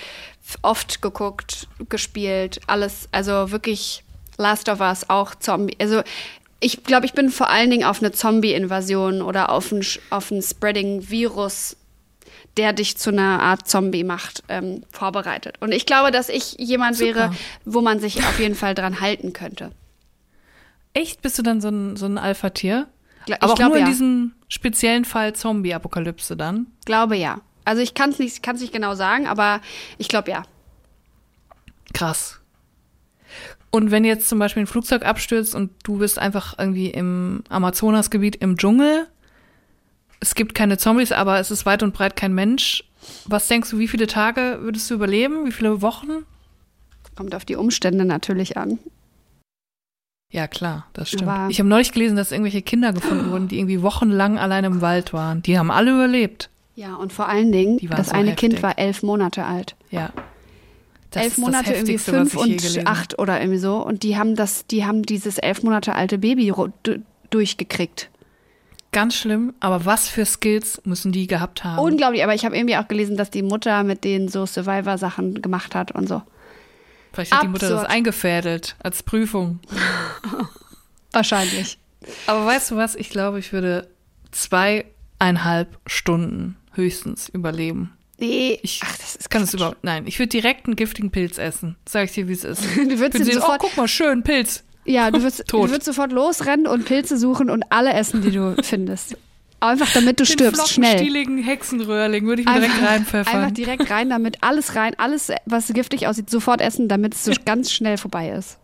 B: f- oft geguckt, gespielt, alles, also wirklich Last of Us, auch Zombie. Also ich glaube, ich bin vor allen Dingen auf eine Zombie-Invasion oder auf ein, Sch- auf ein Spreading-Virus der dich zu einer Art Zombie macht, ähm, vorbereitet. Und ich glaube, dass ich jemand wäre,
C: Super.
B: wo man sich auf jeden Fall dran halten könnte.
C: Echt? Bist du dann so ein, so ein Alpha-Tier?
B: Gla- ich
C: Aber auch
B: glaub,
C: nur in
B: ja.
C: diesem speziellen Fall Zombie-Apokalypse dann?
B: Glaube ja. Also ich kann es nicht, kann's nicht genau sagen, aber ich glaube ja.
C: Krass. Und wenn jetzt zum Beispiel ein Flugzeug abstürzt und du bist einfach irgendwie im Amazonasgebiet im Dschungel, es gibt keine Zombies, aber es ist weit und breit kein Mensch. Was denkst du, wie viele Tage würdest du überleben? Wie viele Wochen?
B: Kommt auf die Umstände natürlich an.
C: Ja, klar, das stimmt.
B: Aber-
C: ich habe neulich gelesen, dass irgendwelche Kinder gefunden wurden, die irgendwie wochenlang alleine im Wald waren. Die haben alle überlebt.
B: Ja, und vor allen Dingen,
C: Die waren
B: das
C: so
B: eine Kind
C: heftig.
B: war elf Monate alt.
C: Ja. Das
B: elf
C: ist das
B: Monate, irgendwie
C: Heftigste,
B: fünf
C: was ich je
B: und
C: gelesen
B: acht oder irgendwie so. Und die haben das, die haben dieses elf Monate alte Baby ru- du- durchgekriegt.
C: Ganz schlimm, aber was für Skills müssen die gehabt haben?
B: Unglaublich, aber ich habe irgendwie auch gelesen, dass die Mutter mit denen so Survivor-Sachen gemacht hat und so.
C: Vielleicht hat die Mutter das
B: absurd.
C: eingefädelt als Prüfung.
B: Wahrscheinlich.
C: Aber weißt du was? Ich glaube, ich würde zweieinhalb Stunden höchstens überleben.
B: Nee,
C: Ich
B: ach, das ist
C: kann es überhaupt. Nein, ich würde direkt einen giftigen Pilz essen. Sag ich dir, wie es [LAUGHS] ist.
B: Du
C: Ich
B: würdest
C: würde
B: ihn
C: sehen, oh,
B: sofort,
C: guck mal, schön, Pilz.
B: ja, du würdest, du
C: [LAUGHS] Tot.
B: würdest sofort losrennen und Pilze suchen und alle essen, die
C: [LAUGHS]
B: du findest. Einfach damit du stirbst, schnell.
C: stieligen Hexenröhrling würde ich mir direkt
B: [LAUGHS] Einfach,
C: reinpfeffern.
B: einfach direkt rein damit, alles rein, alles, was giftig aussieht, sofort essen, damit
C: [LAUGHS]
B: es so ganz schnell vorbei ist.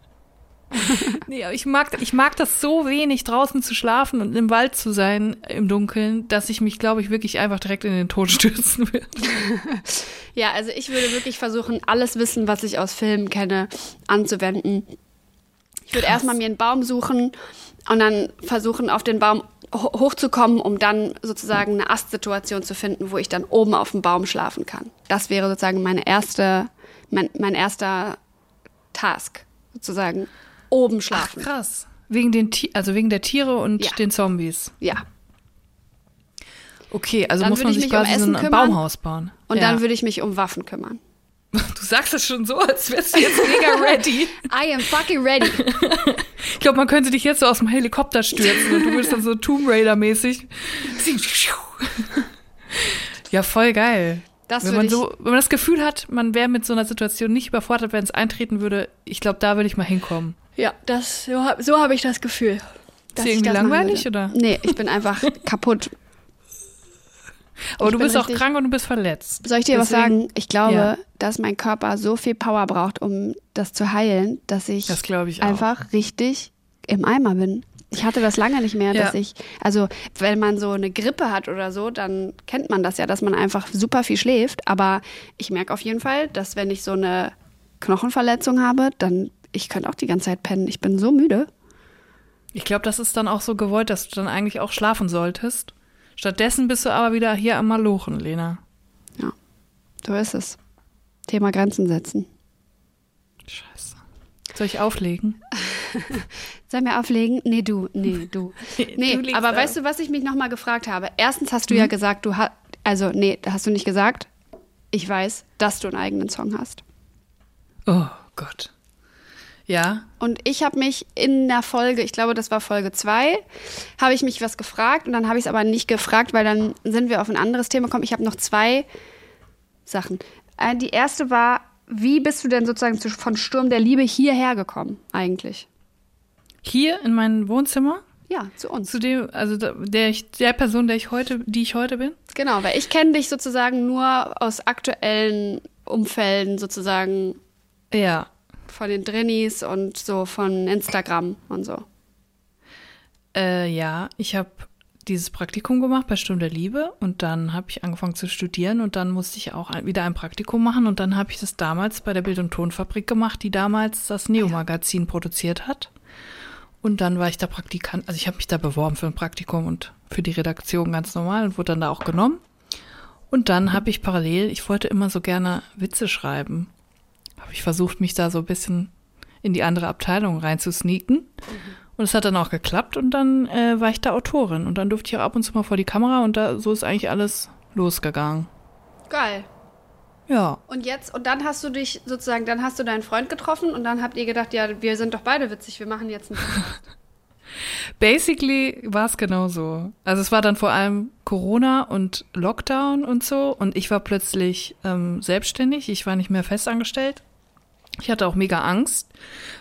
C: Nee, aber ich mag, ich mag das so wenig, draußen zu schlafen und im Wald zu sein, im Dunkeln, dass ich mich, glaube ich, wirklich einfach direkt in den Tod [LAUGHS] stürzen will.
B: Ja, also ich würde wirklich versuchen, alles Wissen, was ich aus Filmen kenne, anzuwenden. Ich würde erstmal mir einen Baum suchen und dann versuchen, auf den Baum ho- hochzukommen, um dann sozusagen eine Astsituation zu finden, wo ich dann oben auf dem Baum schlafen kann. Das wäre sozusagen meine erste, mein, mein erster Task, sozusagen oben schlafen.
C: Krass. Wegen den, Ti- also wegen der Tiere und
B: Ja.
C: den Zombies.
B: ja.
C: Okay, also
B: Dann
C: muss
B: würde
C: man
B: ich
C: sich
B: mich um
C: quasi so
B: Essen
C: ein
B: kümmern.
C: Baumhaus bauen.
B: Und
C: ja.
B: dann würde ich mich um Waffen kümmern.
C: [LAUGHS] Du sagst das schon so, als wärst du jetzt [LAUGHS] mega ready.
B: I am fucking ready.
C: Ich glaube, man könnte dich jetzt so aus dem Helikopter stürzen und du würdest dann so Tomb [LAUGHS] Raider-mäßig. Ja, voll geil.
B: Das
C: wenn
B: würde
C: man
B: ich-
C: so, wenn man das Gefühl hat, man wäre mit so einer Situation nicht überfordert, wenn es eintreten würde, ich glaube, da würde ich mal hinkommen.
B: Ja, das, so, hab- so habe ich das Gefühl. dass
C: dir
B: ich das
C: irgendwie
B: machen
C: langweilig,
B: würde.
C: oder?
B: Nee, ich bin [LAUGHS] einfach kaputt.
C: Aber
B: Ich
C: du
B: bin
C: bist auch
B: richtig-
C: krank und du bist verletzt.
B: Soll ich dir was
C: Deswegen-
B: sagen? Ich glaube,
C: Ja.
B: dass mein Körper so viel Power braucht, um das zu heilen, dass ich,
C: Das glaube ich auch.
B: einfach richtig im Eimer bin. Ich hatte das lange nicht mehr,
C: Ja.
B: dass ich, also wenn man so eine Grippe hat oder so, dann kennt man das ja, dass man einfach super viel schläft. Aber ich merke auf jeden Fall, dass wenn ich so eine Knochenverletzung habe, dann ich könnte auch die ganze Zeit pennen. Ich bin so müde.
C: Ich glaube, das ist dann auch so gewollt, dass du dann eigentlich auch schlafen solltest. Stattdessen bist du aber wieder hier am Malochen, Lena.
B: Ja, so ist es. Thema Grenzen setzen.
C: Scheiße. Soll ich auflegen?
B: Soll mir auflegen? Nee, du, nee, du. Nee,
C: Du legst
B: aber
C: auf.
B: weißt du, was ich mich nochmal gefragt habe? Erstens hast du ja gesagt, du hast, also nee, hast du nicht gesagt, ich weiß, dass du einen eigenen Song hast.
C: Oh Gott. Ja,
B: Und ich habe mich in der Folge, ich glaube, das war Folge 2, habe ich mich was gefragt und dann habe ich es aber nicht gefragt, weil dann sind wir auf ein anderes Thema gekommen. Ich habe noch zwei Sachen. Äh, Die erste war, wie bist du denn sozusagen zu, von Sturm der Liebe hierher gekommen eigentlich?
C: hier in meinem Wohnzimmer,
B: Ja, zu uns.
C: zu dem, also da- der, ich, der Person, der ich heute, die ich heute bin.
B: Genau, weil ich kenne dich sozusagen nur aus aktuellen Umfällen sozusagen
C: Ja.
B: von den Drinnies und so von Instagram und so.
C: Äh, ja, ich habe dieses Praktikum gemacht bei Sturm der Liebe und dann habe ich angefangen zu studieren und dann musste ich auch ein, wieder ein Praktikum machen und dann habe ich das damals bei der Bild- und Tonfabrik gemacht, die damals das Neo-Magazin produziert hat. Und dann war ich da Praktikant, also ich habe mich da beworben für ein Praktikum und für die Redaktion ganz normal und wurde dann da auch genommen. Und dann habe ich parallel, ich wollte immer so gerne Witze schreiben, habe ich versucht, mich da so ein bisschen in die andere Abteilung reinzusneaken. Und es hat dann auch geklappt und dann äh, war ich da Autorin und dann durfte ich auch ab und zu mal vor die Kamera und da so ist eigentlich alles losgegangen.
B: Geil.
C: Ja.
B: Und jetzt, und dann hast du dich sozusagen, dann hast du deinen Freund getroffen und dann habt ihr gedacht, ja, wir sind doch beide witzig, wir machen jetzt einen.
C: Basically war es genau so. Also es war dann vor allem Corona und Lockdown und so und ich war plötzlich ähm, selbstständig, ich war nicht mehr festangestellt. Ich hatte auch mega Angst,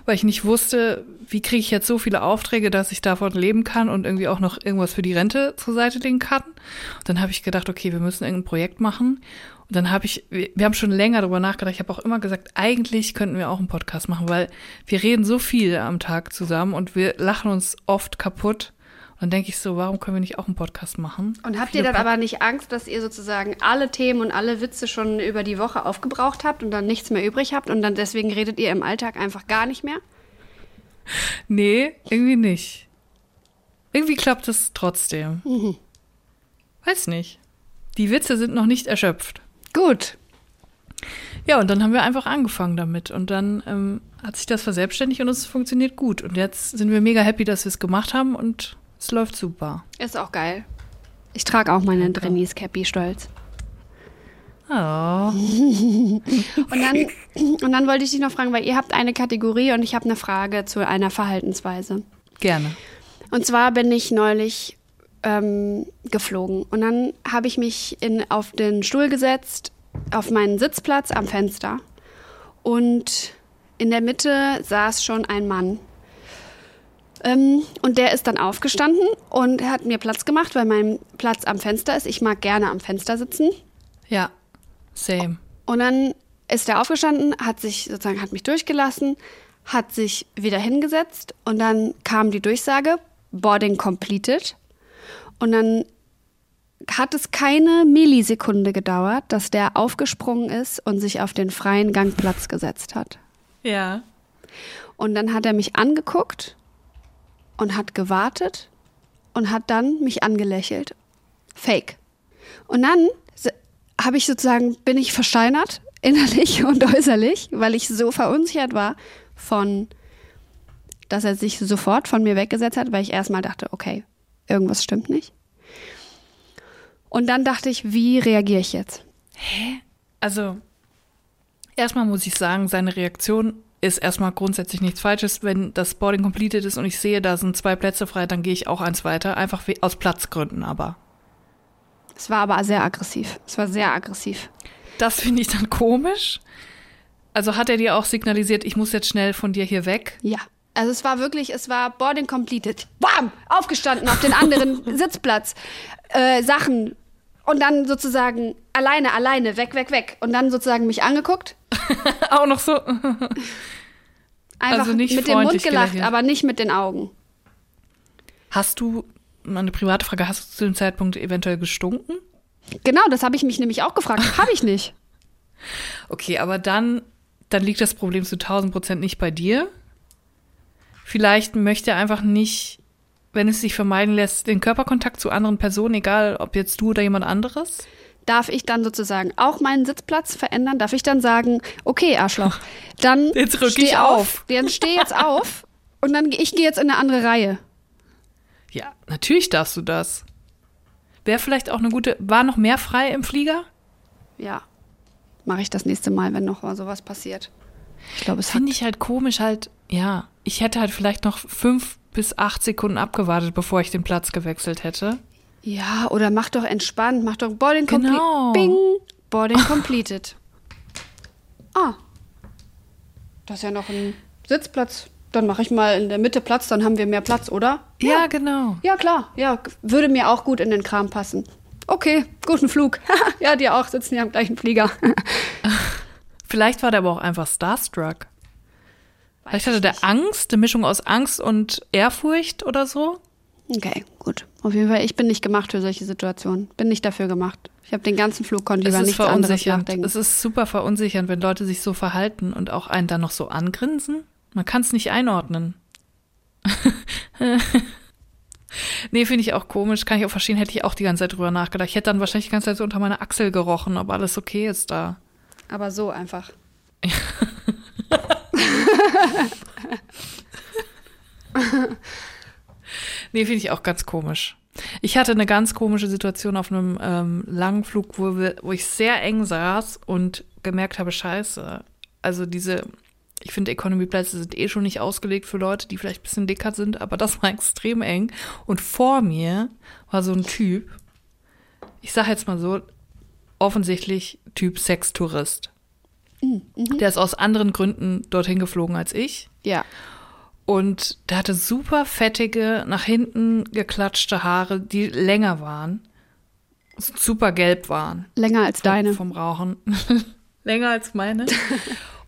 C: weil ich nicht wusste, wie kriege ich jetzt so viele Aufträge, dass ich davon leben kann und irgendwie auch noch irgendwas für die Rente zur Seite legen kann. Und dann habe ich gedacht, okay, wir müssen irgendein Projekt machen. Und dann habe ich, wir wir haben schon länger darüber nachgedacht. Ich habe auch immer gesagt, eigentlich könnten wir auch einen Podcast machen, weil wir reden so viel am Tag zusammen und wir lachen uns oft kaputt. Und dann denke ich so, warum können wir nicht auch einen Podcast machen?
B: Und habt ihr dann aber nicht Angst, dass ihr sozusagen alle Themen und alle Witze schon über die Woche aufgebraucht habt und dann nichts mehr übrig habt und dann deswegen redet ihr im Alltag einfach gar nicht mehr?
C: Nee, irgendwie nicht. Irgendwie klappt es trotzdem. Weiß nicht. Die Witze sind noch nicht erschöpft.
B: Gut.
C: Ja, und dann haben wir einfach angefangen damit. Und dann ähm, hat sich das verselbstständigt und es funktioniert gut. Und jetzt sind wir mega happy, dass wir es gemacht haben und es läuft super.
B: Ist auch geil. Ich trage auch meine Drinnies Cappy stolz.
C: Oh.
B: Und dann, und dann wollte ich dich noch fragen, weil ihr habt eine Kategorie und ich habe eine Frage zu einer Verhaltensweise.
C: Gerne.
B: Und zwar bin ich neulich ähm, geflogen und dann habe ich mich in, auf den Stuhl gesetzt, auf meinen Sitzplatz am Fenster und in der Mitte saß schon ein Mann. Ähm, und der ist dann aufgestanden und hat mir Platz gemacht, weil mein Platz am Fenster ist. Ich mag gerne am Fenster sitzen.
C: Ja, same.
B: Und dann ist er aufgestanden, hat sich sozusagen, hat mich durchgelassen, hat sich wieder hingesetzt und dann kam die Durchsage, Boarding completed. Und dann hat es keine Millisekunde gedauert, dass der aufgesprungen ist und sich auf den freien Gangplatz gesetzt hat.
C: Ja.
B: Und dann hat er mich angeguckt und hat gewartet und hat dann mich angelächelt. Fake. Und dann se- habe ich sozusagen, bin ich versteinert, [LAUGHS] innerlich und äußerlich, weil ich so verunsichert war von, dass er sich sofort von mir weggesetzt hat, weil ich erstmal dachte, okay, irgendwas stimmt nicht. Und dann dachte ich, wie reagiere ich jetzt?
C: Also, erstmal muss ich sagen, seine Reaktion ist erstmal grundsätzlich nichts Falsches. Wenn das Boarding completed ist und ich sehe, da sind zwei Plätze frei, dann gehe ich auch eins weiter. Einfach we- aus Platzgründen aber.
B: Es war aber sehr aggressiv. Es war sehr aggressiv.
C: Das finde ich dann komisch. Also hat er dir auch signalisiert, ich muss jetzt schnell von dir hier weg? [LAUGHS]
B: Ja. Also es war wirklich, es war boarding completed. Bam! Aufgestanden auf den
C: [LAUGHS]
B: anderen Sitzplatz. Äh, Sachen. Und dann sozusagen alleine, alleine, weg, weg, weg. Und dann sozusagen mich angeguckt.
C: auch noch so.
B: Einfach
C: Also nicht
B: mit dem Mund
C: freundlich
B: gelacht,
C: gelächelt.
B: aber nicht mit den Augen.
C: Hast du, meine private Frage, hast du zu dem Zeitpunkt eventuell gestunken?
B: Genau, das habe ich mich nämlich auch gefragt. Habe ich nicht.
C: Okay, aber dann, dann liegt das Problem zu 1000 Prozent nicht bei dir. Vielleicht möchte er einfach nicht wenn es sich vermeiden lässt, den Körperkontakt zu anderen Personen, egal ob jetzt du oder jemand anderes?
B: Darf ich dann sozusagen auch meinen Sitzplatz verändern? Darf ich dann sagen, okay, Arschloch, dann
C: Jetzt rück
B: steh
C: ich auf.
B: Dann steh jetzt auf und dann ich gehe jetzt in eine andere Reihe.
C: Ja, natürlich darfst du das. Wäre vielleicht auch eine gute. War noch mehr frei im Flieger?
B: Ja. Mache ich das nächste Mal, wenn noch mal sowas passiert. Ich glaube, es hat
C: Finde ich halt komisch, halt, ja. Ich hätte halt vielleicht noch fünf bis acht Sekunden abgewartet, bevor ich den Platz gewechselt hätte.
B: Ja, oder mach doch entspannt, mach doch Boarding completed.
C: Genau.
B: Bing, Boarding completed. Ah. Das ist ja noch ein Sitzplatz. Dann mache ich mal in der Mitte Platz, dann haben wir mehr Platz, oder?
C: Ja, genau.
B: Ja, klar. Ja, g- würde mir auch gut in den Kram passen. Okay, guten Flug. [LAUGHS] ja, dir auch, sitzen ja am gleichen Flieger. [LAUGHS]
C: Vielleicht war der aber auch einfach starstruck. Vielleicht hatte der Angst, eine Mischung aus Angst und Ehrfurcht oder so.
B: Okay, gut. Auf jeden Fall, ich bin nicht gemacht für solche Situationen. Bin nicht dafür gemacht. Ich habe den ganzen Flug, konnte
C: Es
B: über
C: ist
B: nichts anderes
C: verunsichernd.
B: nachdenken.
C: Es ist super verunsichernd, wenn Leute sich so verhalten und auch einen dann noch so angrinsen. Man kann es nicht einordnen. [LAUGHS] nee, finde ich auch komisch. Kann ich auch verstehen. Hätte ich auch die ganze Zeit drüber nachgedacht. Ich hätte dann wahrscheinlich die ganze Zeit so unter meiner Achsel gerochen, ob alles okay ist da.
B: Aber so einfach.
C: Nee, finde ich auch ganz komisch. Ich hatte eine ganz komische Situation auf einem ähm, langen Flug, wo, wir, wo ich sehr eng saß und gemerkt habe, scheiße. Also diese, ich finde, Economy-Plätze sind eh schon nicht ausgelegt für Leute, die vielleicht ein bisschen dicker sind, aber das war [LAUGHS] extrem eng. Und vor mir war so ein Typ, ich sage jetzt mal so, offensichtlich Typ Sextourist. Der ist aus anderen Gründen dorthin geflogen als ich.
B: Ja.
C: Und der hatte super fettige, nach hinten geklatschte Haare, die länger waren, super gelb waren
B: Länger als deine.
C: vom Rauchen. [LAUGHS] länger als meine.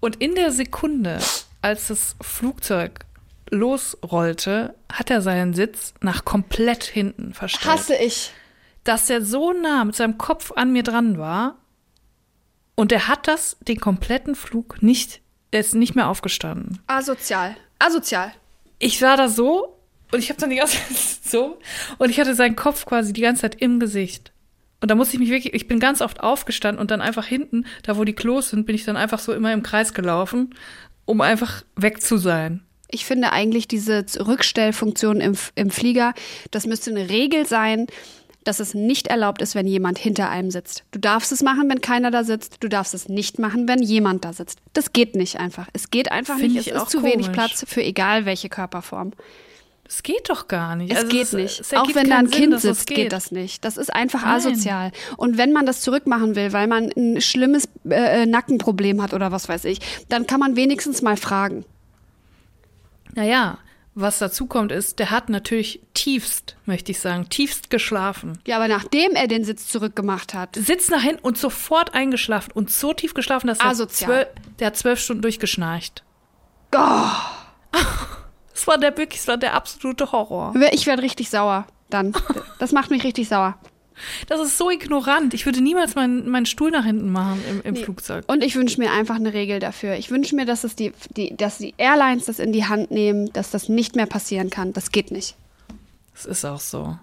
C: Und in der Sekunde, als das Flugzeug losrollte, hat er seinen Sitz nach komplett hinten verstellt.
B: Hasse ich.
C: Dass er so nah mit seinem Kopf an mir dran war und er hat das den kompletten Flug nicht, er ist nicht mehr aufgestanden.
B: Asozial. Asozial.
C: ich war da so und ich habe dann die ganze Zeit [LAUGHS] so und ich hatte seinen Kopf quasi die ganze Zeit im Gesicht. Und da musste ich mich wirklich, ich bin ganz oft aufgestanden und dann einfach hinten, da wo die Klos sind, bin ich dann einfach so immer im Kreis gelaufen, um einfach weg zu sein.
B: Ich finde eigentlich diese Rückstellfunktion im, im Flieger, das müsste eine Regel sein, dass es nicht erlaubt ist, wenn jemand hinter einem sitzt. Du darfst es machen, wenn keiner da sitzt. Du darfst es nicht machen, wenn jemand da sitzt. Das geht nicht einfach. Es geht einfach
C: Finde
B: nicht.
C: ich
B: Es ist
C: auch
B: zu wenig
C: komisch.
B: Platz für egal welche Körperform.
C: Das geht doch gar nicht.
B: Es
C: Also
B: geht
C: es-
B: nicht.
C: es
B: Auch
C: ergibt
B: wenn da
C: keinen
B: ein
C: Sinn,
B: Kind
C: dass
B: sitzt, geht das nicht. Das ist einfach
C: Nein.
B: asozial. Und wenn man das zurückmachen will, weil man ein schlimmes äh, Nackenproblem hat oder was weiß ich, dann kann man wenigstens mal fragen.
C: Naja, was dazu kommt ist, der hat natürlich tiefst, möchte ich sagen, tiefst geschlafen.
B: Ja, aber nachdem er den Sitz zurückgemacht hat,
C: Sitz nach hinten und sofort eingeschlafen und so tief geschlafen, dass er
B: Asozial.
C: zwölf, der hat zwölf Stunden durchgeschnarcht.
B: oh,
C: Es war der wirklich, es war der absolute Horror.
B: ich werde richtig sauer [LAUGHS] dann. Das macht mich richtig sauer.
C: Das ist so ignorant. Ich würde niemals meinen, meinen Stuhl nach hinten machen im, im Flugzeug.
B: Und ich wünsche mir einfach eine Regel dafür. Ich wünsche mir, dass, es die, die, dass die Airlines das in die Hand nehmen, dass das nicht mehr passieren kann. Das geht nicht.
C: Das ist auch so.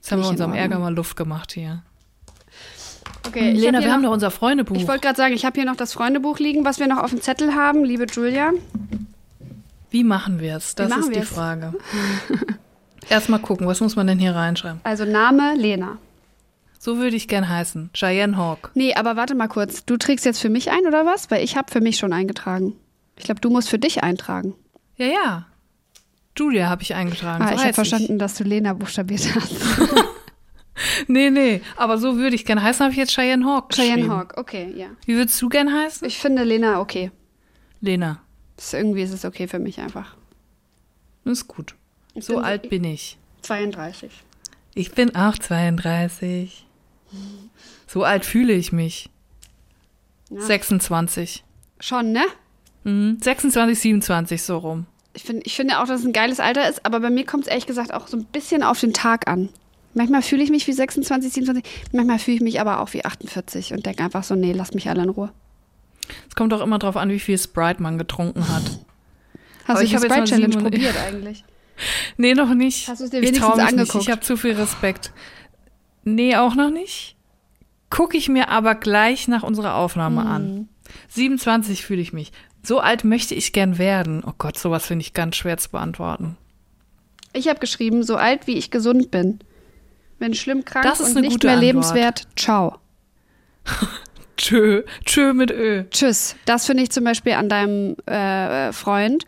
C: Jetzt
B: Nicht
C: haben wir
B: in
C: unserem
B: Ordnung. Äh,
C: Ärger mal Luft gemacht hier.
B: Okay,
C: Lena, wir haben
B: noch,
C: doch unser Freundebuch.
B: ich wollte gerade sagen, ich habe hier noch das Freundebuch liegen, was wir noch auf dem Zettel haben, liebe Julia.
C: Wie machen wir es? Das
B: machen
C: ist die
B: wir's? [LAUGHS]
C: Frage. Erstmal gucken, was muss man denn hier reinschreiben?
B: Also Name Lena.
C: So würde ich gern heißen. Cheyenne Hawk.
B: Nee, aber warte mal kurz. Du trägst jetzt für mich ein oder was? Weil ich habe für mich schon eingetragen. Ich glaube, du musst für dich eintragen.
C: Ja, ja. Julia habe ich eingetragen.
B: Ah,
C: so
B: ich
C: heiß
B: habe verstanden, dass du Lena buchstabiert hast.
C: Nee, nee. Aber so würde ich gern heißen, habe ich jetzt Cheyenne Hawk.
B: Cheyenne
C: geschrieben.
B: Hawk, okay, ja.
C: Wie würdest du gern heißen?
B: Ich finde Lena okay.
C: Lena.
B: Ist, irgendwie ist es okay für mich einfach.
C: Ist gut. So
B: bin so-
C: alt bin ich.
B: 32.
C: Ich bin auch 32. So alt fühle ich mich.
B: Ja.
C: 26.
B: Schon, ne?
C: Mhm. 26, 27 so rum.
B: Ich, find, ich finde auch, dass es ein geiles Alter ist, aber bei mir kommt es ehrlich gesagt auch so ein bisschen auf den Tag an. Manchmal fühle ich mich wie 26, 27, manchmal fühle ich mich aber auch wie 48 und denke einfach so, nee, lass mich alle in Ruhe.
C: Es kommt auch immer drauf an, wie viel Sprite man getrunken hat.
B: Hast
C: Aber
B: du
C: ich
B: die
C: habe jetzt mal
B: Sprite Challenge
C: 7 und-
B: probiert eigentlich?
C: Nee, noch nicht.
B: Hast du es dir
C: ich trau
B: wenigstens
C: mich
B: angeguckt?
C: Nicht. Ich habe zu viel Respekt. Nee, auch noch nicht. Gucke ich mir aber gleich nach unserer Aufnahme
B: Mhm.
C: an. 27 fühle ich mich. So alt möchte ich gern werden. Oh Gott, sowas finde ich ganz schwer zu beantworten.
B: Ich habe geschrieben, so alt wie ich gesund bin. Wenn schlimm krank
C: Das ist
B: und
C: eine
B: nicht
C: gute
B: mehr
C: Antwort.
B: lebenswert, ciao.
C: Tschö, tschö mit Ö.
B: Tschüss. Das finde ich zum Beispiel an deinem äh, Freund,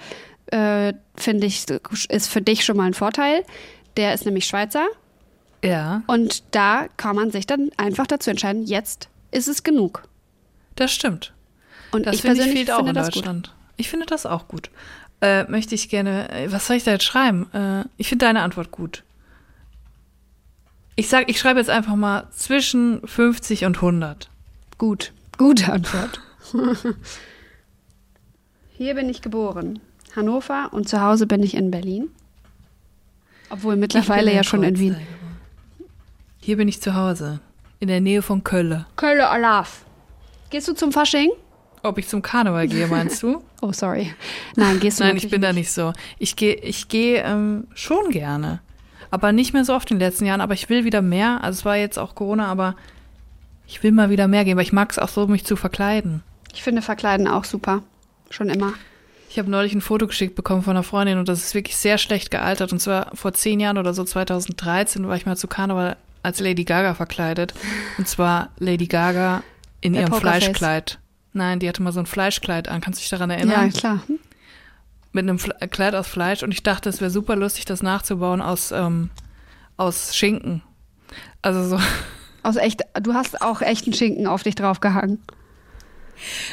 B: äh, finde ich, ist für dich schon mal ein Vorteil. Der ist nämlich Schweizer
C: Ja,
B: und da kann man sich dann einfach dazu entscheiden, jetzt ist es genug.
C: das stimmt.
B: Und
C: Das
B: ich
C: finde ich
B: persönlich
C: fehlt auch
B: finde
C: in
B: das gut.
C: Deutschland. Ich finde das auch gut. Äh, möchte ich gerne, äh, was soll ich da jetzt schreiben? Äh, ich finde deine Antwort gut. Ich sag, ich schreibe jetzt einfach mal zwischen 50 und 100.
B: Gut, gute Antwort. [LAUGHS] Hier bin ich geboren, Hannover und zu Hause bin ich in Berlin. Obwohl
C: Ich
B: mittlerweile
C: bin
B: ja schon in Wien.
C: Kreuzberg geboren. Hier bin ich zu Hause, in der Nähe von Köln.
B: Köln Olaf. Gehst du zum Fasching?
C: Ob ich zum Karneval gehe,
B: [LAUGHS]
C: meinst du?
B: Oh, sorry. Nein, gehst du
C: Nein,
B: natürlich
C: ich bin da nicht so. Ich gehe ich gehe ähm, schon gerne, aber nicht mehr so oft in den letzten Jahren, aber ich will wieder mehr. Also es war jetzt auch Corona, aber ich will mal wieder mehr gehen, weil ich mag es auch so, mich zu verkleiden.
B: Ich finde Verkleiden auch super. Schon immer.
C: Ich habe neulich ein Foto geschickt bekommen von einer Freundin und das ist wirklich sehr schlecht gealtert. Und zwar vor zehn Jahren oder so, 2013, war ich mal zu Karneval als Lady Gaga verkleidet. Und zwar Lady Gaga in
B: Der
C: ihrem
B: Pokerface.
C: Fleischkleid. Nein, die hatte mal so ein Fleischkleid an. Kannst du dich daran erinnern?
B: klar.
C: mit einem Fle- Kleid aus Fleisch und ich dachte, es wäre super lustig, das nachzubauen aus, ähm, aus Schinken. Also so. [LAUGHS]
B: Aus echt, du hast auch echten Schinken auf dich draufgehangen.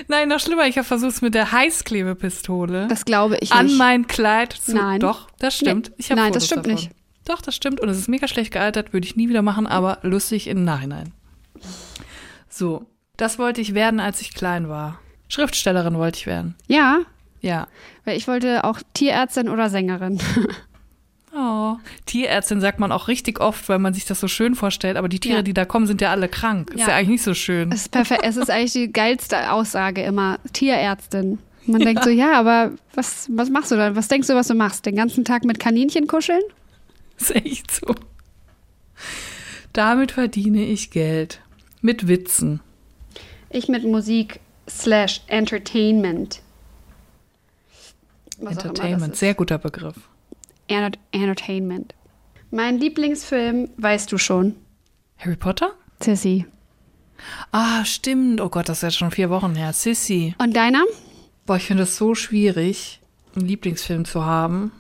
C: Nein, noch schlimmer, ich habe versucht es mit der Heißklebepistole
B: Das glaube ich
C: an
B: nicht.
C: mein Kleid zu.
B: Nein.
C: Doch, das stimmt.
B: Nee.
C: Ich hab
B: Nein,
C: Fotos
B: das stimmt
C: davon.
B: nicht.
C: Doch, das stimmt. Und es ist mega schlecht gealtert, würde ich nie wieder machen, aber lustig im Nachhinein. So, das wollte ich werden, als ich klein war. Schriftstellerin wollte ich werden.
B: Ja,
C: Ja.
B: weil ich wollte auch Tierärztin oder Sängerin.
C: Oh, Tierärztin sagt man auch richtig oft, weil man sich das so schön vorstellt, aber die Tiere,
B: Ja.
C: die da kommen, sind ja alle krank. Ist
B: Ja.
C: ja eigentlich nicht so
B: [LAUGHS]
C: schön.
B: Es ist, perfekt. es ist eigentlich die geilste Aussage immer. Tierärztin. Man denkt so, ja, aber was, was machst du dann? Was denkst du, was du machst? Den ganzen Tag mit Kaninchen kuscheln?
C: Ist echt so. Damit verdiene ich Geld. Mit Witzen.
B: Ich mit Musik slash Entertainment. Was auch immer das
C: Entertainment.
B: ist.
C: Sehr guter Begriff.
B: Enter- Entertainment. Mein Lieblingsfilm, weißt du schon,
C: Harry Potter?
B: Sissy.
C: Ah, stimmt. Oh Gott, das ist ja schon vier Wochen her. Sissy.
B: Und deiner?
C: Boah, ich finde es so schwierig, einen Lieblingsfilm zu haben.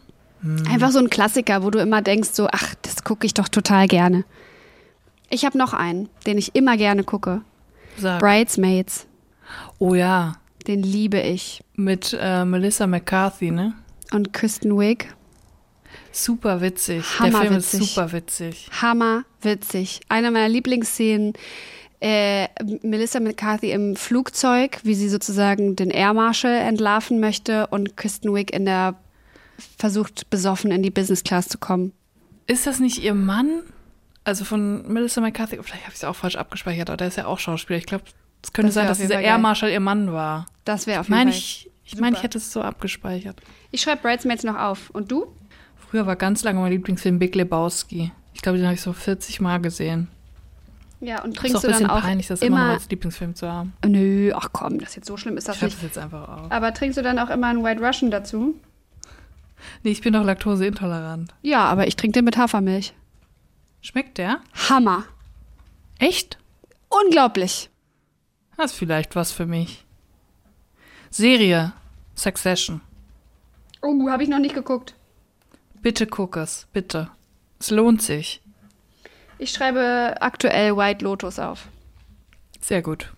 C: Hm.
B: Einfach so ein Klassiker, wo du immer denkst, so, ach, das gucke ich doch total gerne. Ich habe noch einen, den ich immer gerne gucke.
C: Sag.
B: Bridesmaids,
C: Oh ja,
B: den liebe ich.
C: mit äh, Melissa McCarthy, ne?
B: Und Kristen Wiig,
C: Super witzig. Der Film ist
B: Hammerwitzig.
C: super witzig.
B: hammer witzig. Eine meiner Lieblingsszenen, äh, Melissa McCarthy im Flugzeug, wie sie sozusagen den Air Marshal entlarven möchte und Kristen Wiig in der versucht besoffen in die Business Class zu kommen.
C: Ist das nicht ihr Mann? Also von Melissa McCarthy, vielleicht habe ich es auch falsch abgespeichert, aber der ist ja auch Schauspieler. Ich glaube, es könnte
B: Das wär
C: sein,
B: auf
C: dass
B: jeden
C: dieser
B: Fall geil.
C: Air Marshal ihr Mann war.
B: Das wäre auf
C: Ich
B: jeden
C: meine,
B: Fall.
C: ich, ich, mein, ich
B: Super.
C: hätte es so abgespeichert.
B: Ich schreibe Bridesmaids noch auf. Und du?
C: Früher war ganz lange mein Lieblingsfilm Big Lebowski. Ich glaube, den habe ich so 40 Mal gesehen.
B: Ja, und
C: Ist
B: trinkst
C: doch
B: du
C: ein
B: dann
C: bisschen
B: auch
C: peinlich, das immer noch
B: immer.
C: als Lieblingsfilm zu haben.
B: Nö, ach komm, das ist jetzt so schlimm ist
C: Ich
B: das
C: schreibe
B: nicht.
C: das jetzt einfach auf.
B: Aber trinkst du dann auch immer einen White Russian dazu?
C: Nee, ich bin doch laktoseintolerant.
B: Ja, aber ich trinke den mit Hafermilch.
C: Schmeckt der?
B: Hammer.
C: Echt?
B: Unglaublich.
C: Das ist vielleicht was für mich. Serie Succession.
B: Oh, habe ich noch nicht geguckt.
C: Bitte guck es, bitte. Es lohnt sich.
B: Ich schreibe aktuell White Lotus auf.
C: Sehr gut.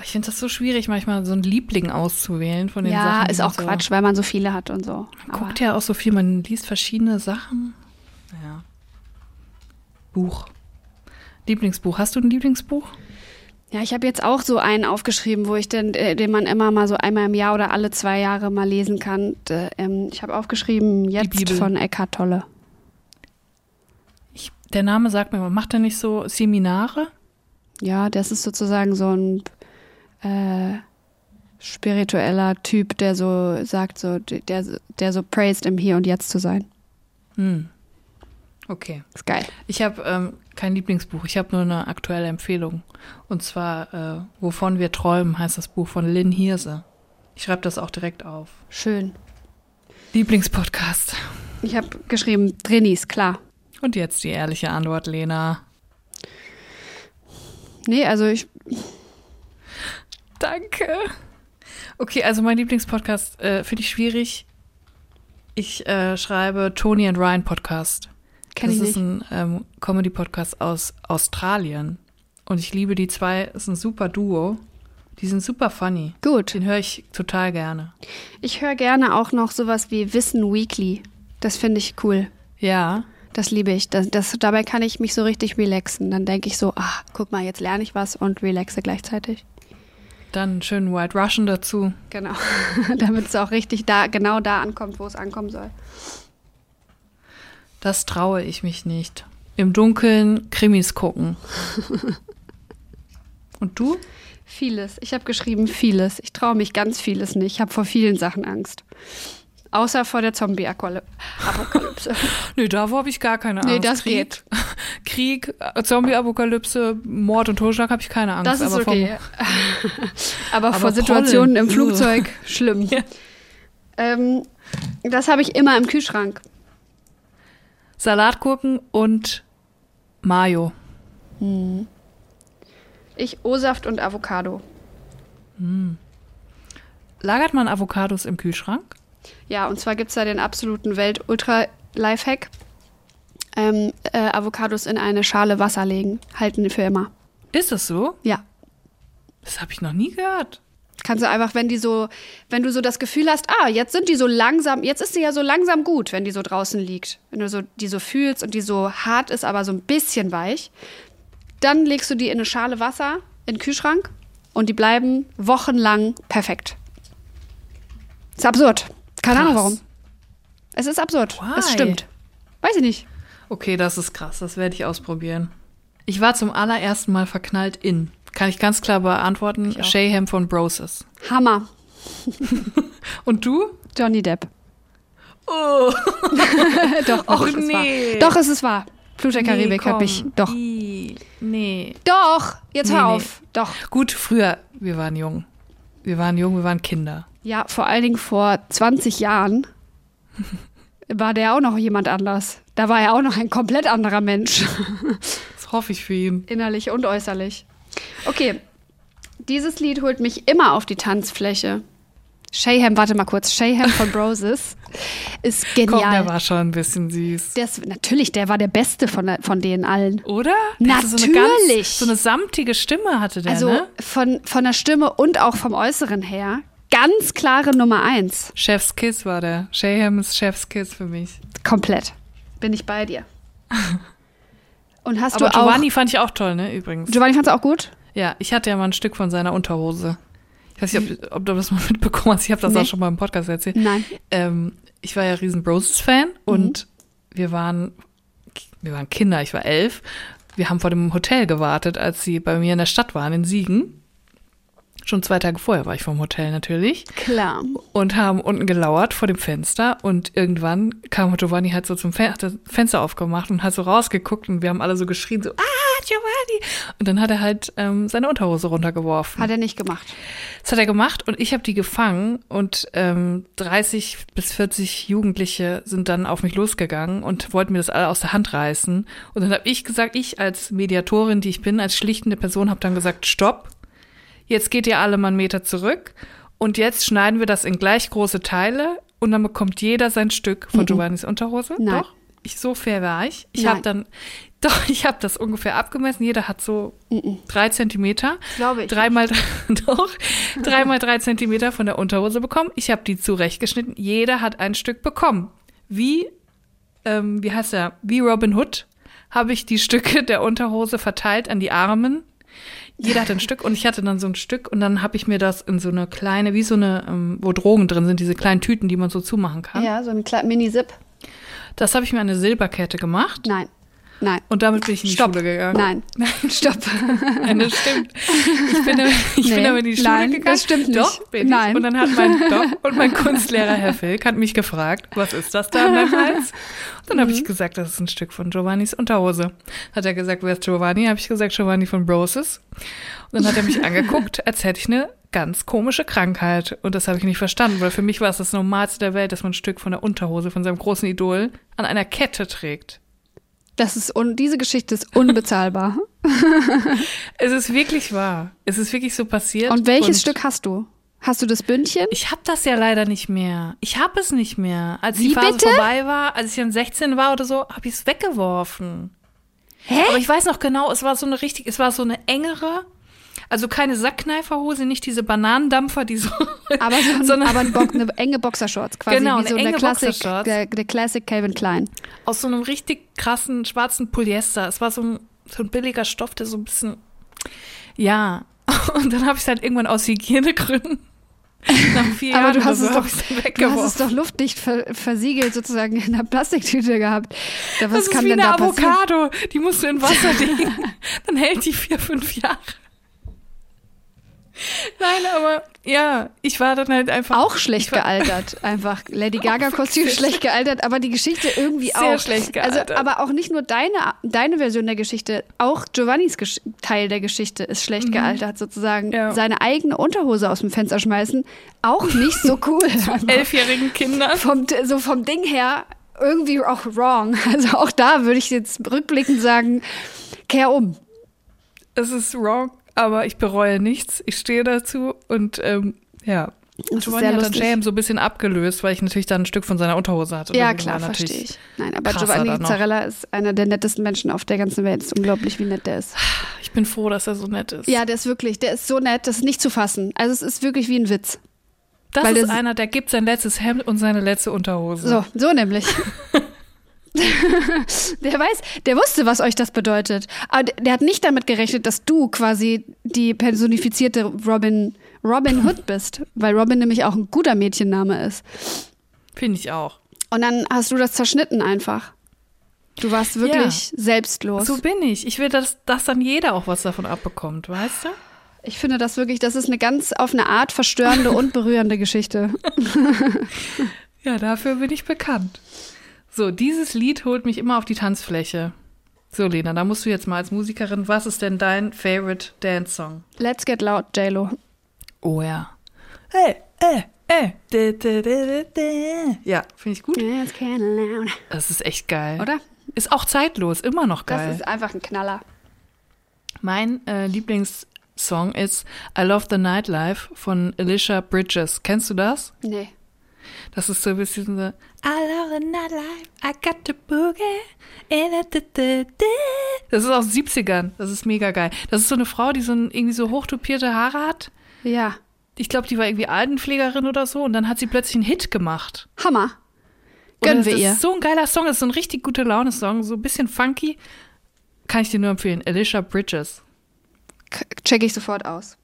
C: Ich finde das so schwierig, manchmal so einen Liebling auszuwählen von den
B: ja,
C: Sachen. die
B: ist
C: man
B: auch
C: so,
B: Quatsch, weil man so viele hat und so.
C: Man
B: Aber
C: guckt ja auch so viel, man liest verschiedene Sachen. Ja. Buch. Lieblingsbuch. Hast du ein Lieblingsbuch?
B: ja, ich habe jetzt auch so einen aufgeschrieben, wo ich den, äh, den man immer mal so einmal im Jahr oder alle zwei Jahre mal lesen kann. D- ähm, Ich habe aufgeschrieben, jetzt
C: Bibel.
B: von Eckhart Tolle.
C: Ich, der Name sagt mir, immer, macht er nicht so Seminare?
B: Ja, das ist sozusagen so ein äh, spiritueller Typ, der so sagt, so, der, der so praised, im Hier und Jetzt zu sein.
C: Okay.
B: Ist geil.
C: Ich habe ähm, kein Lieblingsbuch, ich habe nur eine aktuelle Empfehlung. Und zwar äh, Wovon wir träumen heißt das Buch von Lynn Hirse. Ich schreibe das auch direkt auf.
B: Schön.
C: Lieblingspodcast.
B: Ich habe geschrieben, Drinis, klar.
C: Und jetzt die ehrliche Antwort, Lena.
B: Nee, also ich.
C: Danke. Okay, also mein Lieblingspodcast äh, finde ich schwierig. Ich äh, schreibe Tony and Ryan Podcast.
B: Kenn
C: das
B: ich
C: ist
B: nicht.
C: ein ähm, Comedy-Podcast aus Australien. Und ich liebe die zwei. Das ist ein super Duo. Die sind super funny.
B: Gut.
C: Den höre ich total gerne.
B: Ich höre gerne auch noch sowas wie Wissen Weekly. Das finde ich cool.
C: Ja.
B: Das liebe ich. Das, das, dabei kann ich mich so richtig relaxen. Dann denke ich so, ah, guck mal, jetzt lerne ich was und relaxe gleichzeitig.
C: Dann einen schönen White Russian dazu.
B: Genau. [LAUGHS] Damit es auch richtig da, genau da ankommt, wo es ankommen soll.
C: Das traue ich mich nicht. Im Dunkeln
B: [LAUGHS]
C: Krimis gucken. Und du?
B: Vieles. Ich habe geschrieben vieles. Ich traue mich ganz vieles nicht. Ich habe vor vielen Sachen Angst. Außer vor der Zombie-Apokalypse.
C: Nee, davor habe ich gar keine Angst.
B: Nee, das
C: Krieg, [LAUGHS] Krieg, äh, Zombie-Apokalypse, Mord und Totschlag habe ich keine Angst.
B: Das ist
C: aber vom-
B: okay. [LAUGHS] aber, vor
C: Pollen,
B: Situationen im
C: ugh.
B: Flugzeug
C: [LAUGHS]
B: schlimm. Ähm, das habe ich immer im Kühlschrank.
C: Salatgurken und Mayo.
B: Ich O-Saft und Avocado.
C: Lagert man Avocados im Kühlschrank?
B: Ja, und zwar gibt es da den absoluten Welt-Ultra-Lifehack. Ähm, äh, Avocados in eine Schale Wasser legen. Halten für immer.
C: Ist das so?
B: Ja.
C: Das habe ich noch nie gehört.
B: Kannst du einfach, wenn die so, wenn du so das Gefühl hast, ah, jetzt sind die so langsam, jetzt ist sie ja so langsam gut, wenn die so draußen liegt. Wenn du so, die so fühlst und die so hart ist, aber so ein bisschen weich, dann legst du die in eine Schale Wasser, in den Kühlschrank und die bleiben wochenlang perfekt. Ist absurd. Keine Ahnung
C: Krass.
B: warum. Es ist absurd. Es
C: Why?
B: stimmt. Weiß ich nicht.
C: Okay, das ist krass. Das werde ich ausprobieren. Ich war zum allerersten Mal verknallt in. Kann ich ganz klar beantworten.
B: auch.
C: Shayham von Broses.
B: Hammer.
C: Und du?
B: Johnny Depp.
C: Oh,
B: doch, doch, es ist
C: nee.
B: wahr. Doch, es ist wahr. Flut der Karibik hat mich. Doch.
C: Nee.
B: Doch, jetzt
C: Nee,
B: hör
C: nee.
B: auf. Doch.
C: Gut, früher, wir waren jung. Wir waren jung, wir waren Kinder.
B: Ja, vor allen Dingen vor 20
C: [LAUGHS]
B: Jahren war der auch noch jemand anders. Da war er auch noch ein komplett anderer Mensch, [LAUGHS]
C: Das hoffe ich für ihn.
B: innerlich und äußerlich. Okay, dieses Lied holt mich immer auf die Tanzfläche. Shayham, warte mal kurz, Shayham
C: [LAUGHS]
B: von Broses ist
C: Komm, der
B: genial.
C: war schon ein bisschen süß.
B: der ist, natürlich, der war der Beste von, von denen allen.
C: Oder? Der hatte So eine,
B: Natürlich.
C: ganz, so eine samtige Stimme hatte der,
B: Also
C: ne?
B: von, von der Stimme und auch vom Äußeren her, ganz klare Nummer eins.
C: Chef's Kiss war der. Shayham ist Chef's Kiss für mich.
B: Komplett. Bin ich bei
C: [LAUGHS]
B: dir. Und hast
C: Aber
B: du auch.
C: Giovanni fand ich auch toll, ne? Übrigens.
B: Giovanni fand's auch gut?
C: Ja, ich hatte ja mal ein Stück von seiner Unterhose. Ich weiß nicht, ob, ob du das mal [LAUGHS] mitbekommen hast. Ich habe das
B: Hm. Nee.
C: auch schon mal im Podcast erzählt.
B: Nein.
C: Ähm, ich war ja riesen Broses-Fan und wir waren, wir waren Kinder, ich war elf. Wir haben vor dem Hotel gewartet, als sie bei mir in der Stadt waren, in Siegen. Schon zwei Tage vorher war ich vom Hotel natürlich
B: Klar.
C: und haben unten gelauert vor dem Fenster und irgendwann kam Giovanni halt so zum Fen hat das Fenster aufgemacht und hat so rausgeguckt und wir haben alle so geschrien, so, ah, Giovanni! Und dann hat er halt ähm, seine Unterhose runtergeworfen.
B: Hat er nicht gemacht.
C: Das hat er gemacht und ich habe die gefangen und ähm, 30 bis 40 Jugendliche sind dann auf mich losgegangen und wollten mir das alle aus der Hand reißen. Und dann habe ich gesagt, ich als Mediatorin, die ich bin, als schlichtende Person, habe dann gesagt, stopp, jetzt geht ihr alle mal einen Meter zurück und jetzt schneiden wir das in gleich große Teile und dann bekommt jeder sein Stück von Giovannis Unterhose.
B: Mhm. Nein.
C: Doch, ich, so fair war ich. Ich
B: Nein.
C: habe dann, [LAUGHS] doch, ich habe das ungefähr abgemessen. Jeder hat so
B: Mhm.
C: drei Zentimeter.
B: Glaube ich.
C: Dreimal, [LAUGHS] doch, dreimal drei Zentimeter von der Unterhose bekommen. Ich habe die zurechtgeschnitten. Jeder hat ein Stück bekommen. Wie, ähm, wie heißt er? Wie Robin Hood habe ich die Stücke der Unterhose verteilt an die Armen. Jeder hatte ein Stück und ich hatte dann so ein Stück und dann habe ich mir das in so eine kleine, wie so eine, ähm, wo Drogen drin sind, diese kleinen Tüten, die man so zumachen kann.
B: Ja, so ein kleiner Mini-Zip.
C: Das habe ich mir an eine Silberkette gemacht
B: Nein. Nein.
C: Und damit bin ich in die
B: Stopp.
C: Schule gegangen.
B: Nein. Stopp.
C: Nein, das stimmt. Ich bin damit, ich
B: Nee,
C: bin damit in die Schule
B: nein,
C: gegangen.
B: das stimmt nicht.
C: Doch, bin
B: Nein.
C: Ich. Und dann hat mein, doch, und mein Kunstlehrer Herr Filk hat mich gefragt, was ist das da an deinem Hals? Und dann habe
B: Mhm.
C: ich gesagt, das ist ein Stück von Giovannis Unterhose. Hat er gesagt, wer ist Giovanni? Habe ich gesagt, Giovanni von Broses. Und dann hat er mich angeguckt, als hätte ich eine ganz komische Krankheit. Und das habe ich nicht verstanden, weil für mich war es das Normalste der Welt, dass man ein Stück von der Unterhose von seinem großen Idol an einer Kette trägt.
B: Das ist un diese Geschichte ist unbezahlbar.
C: [LAUGHS] Es ist wirklich wahr. Es ist wirklich so passiert.
B: Und welches
C: Und-
B: Stück hast du? Hast du das Bündchen?
C: Ich habe das ja leider nicht mehr. Ich habe es nicht mehr. Als
B: Wie
C: die Phase
B: bitte?
C: vorbei war, als ich dann 16 war oder so, habe ich es weggeworfen. Hä? Aber ich weiß noch genau, es war so eine richtig, es war so eine engere, also keine Sackkneiferhose, nicht diese Bananendampfer,
B: [LAUGHS]
C: die so.
B: Aber, so ein,
C: sondern
B: aber ein Bock, eine enge Boxershorts quasi.
C: Genau,
B: wie so
C: eine
B: der
C: enge
B: Classic,
C: Boxershorts.
B: der, der Classic Calvin Klein.
C: aus so einem richtig krassen schwarzen Polyester. Es war so ein, so ein billiger Stoff, der so ein bisschen. Ja. [LAUGHS] Und dann habe ich es halt irgendwann
B: [LAUGHS]
C: aus Hygienegründen. Nach vier
B: Aber
C: Jahren
B: du
C: oder
B: hast
C: so
B: es
C: hab
B: doch-
C: ich's dann
B: Du
C: weggeworfen.
B: hast es doch luftdicht ver versiegelt sozusagen in einer Plastiktüte gehabt. Da, was
C: das
B: kann
C: ist wie
B: denn da
C: eine
B: passieren?
C: Avocado. Die musst du in
B: [LAUGHS]
C: Wasser legen. Dann hält die vier, fünf Jahre. Nein, aber ja, ich war dann halt einfach
B: Auch schlecht gealtert,
C: [LAUGHS]
B: einfach. Lady Gaga-Kostüm schlecht gealtert, aber die Geschichte irgendwie
C: Sehr
B: auch.
C: schlecht
B: Also,
C: gealtert.
B: aber auch nicht nur deine, deine Version der Geschichte, auch Giovannis Gesch Teil der Geschichte ist schlecht gealtert, sozusagen.
C: Mhm. Ja.
B: Seine eigene Unterhose aus dem Fenster schmeißen, auch nicht so cool.
C: [LAUGHS] elfjährigen
B: [LAUGHS]
C: Kindern.
B: vom, so vom Ding her irgendwie auch wrong. [LAUGHS] Also auch da würde ich jetzt rückblickend sagen, kehr um.
C: Es ist wrong, aber ich bereue nichts. Ich stehe dazu und ähm, ja.
B: Das ist
C: Giovanni
B: sehr
C: hat dann
B: lustig.
C: Shame so ein bisschen abgelöst, weil ich natürlich dann ein Stück von seiner Unterhose hatte.
B: Ja,
C: Deswegen
B: klar,
C: war natürlich-
B: verstehe ich. Nein, aber
C: krasser
B: Giovanni
C: dann noch.
B: Zarella ist einer der nettesten Menschen auf der ganzen Welt. Es ist unglaublich, wie nett der ist.
C: Ich bin froh, dass er so nett ist.
B: Ja, der ist wirklich, der ist so nett, das ist nicht zu fassen. Also es ist wirklich wie ein Witz.
C: das
B: weil
C: ist
B: der-
C: einer, der gibt sein letztes Hemd und seine letzte Unterhose.
B: So, so
C: [LAUGHS]
B: nämlich. [LAUGHS] der weiß, der wusste, was euch das bedeutet. Aber der, der hat nicht damit gerechnet, dass du quasi die personifizierte Robin, Robin
C: [LAUGHS]
B: Hood bist, weil Robin nämlich auch ein guter Mädchenname ist.
C: Finde ich auch.
B: Und dann hast du das zerschnitten einfach. Du warst wirklich selbstlos.
C: So bin ich. Ich will, dass, dass dann jeder auch was davon abbekommt, weißt du?
B: Ich finde das wirklich, das ist eine ganz auf eine Art verstörende [LAUGHS] und berührende Geschichte.
C: Ja, dafür bin ich bekannt. So, dieses Lied holt mich immer auf die Tanzfläche. So, Lena, da musst du jetzt mal als Musikerin, was ist denn dein favorite Dance Song?
B: Let's get loud, JLo.
C: Oh ja. Hey, hey, hey. De, de, de, de, de. Ja, finde ich gut.
B: Let's get loud.
C: Das ist echt geil.
B: Oder?
C: Ist auch zeitlos, immer noch geil.
B: Das ist einfach ein Knaller.
C: mein äh, Lieblingssong ist I Love the Nightlife von Alicia Bridges. Kennst du das?
B: Nee.
C: Das ist so ein bisschen so, I love the nightlife, I got the boogie. in a da, da, da." Das ist aus den 70ern. Das ist mega geil. Das ist so eine Frau, die so ein, irgendwie so hochtopierte Haare hat.
B: Ja.
C: Ich glaube, die war irgendwie Altenpflegerin oder so. Und dann hat sie plötzlich einen Hit gemacht.
B: Hammer.
C: Und
B: Gönnen
C: das
B: wir
C: ist
B: ihr.
C: so ein geiler Song. Das ist so ein richtig gute Laune-Song. So ein bisschen funky. Kann ich dir nur empfehlen. Alicia Bridges.
B: K- Check ich sofort aus.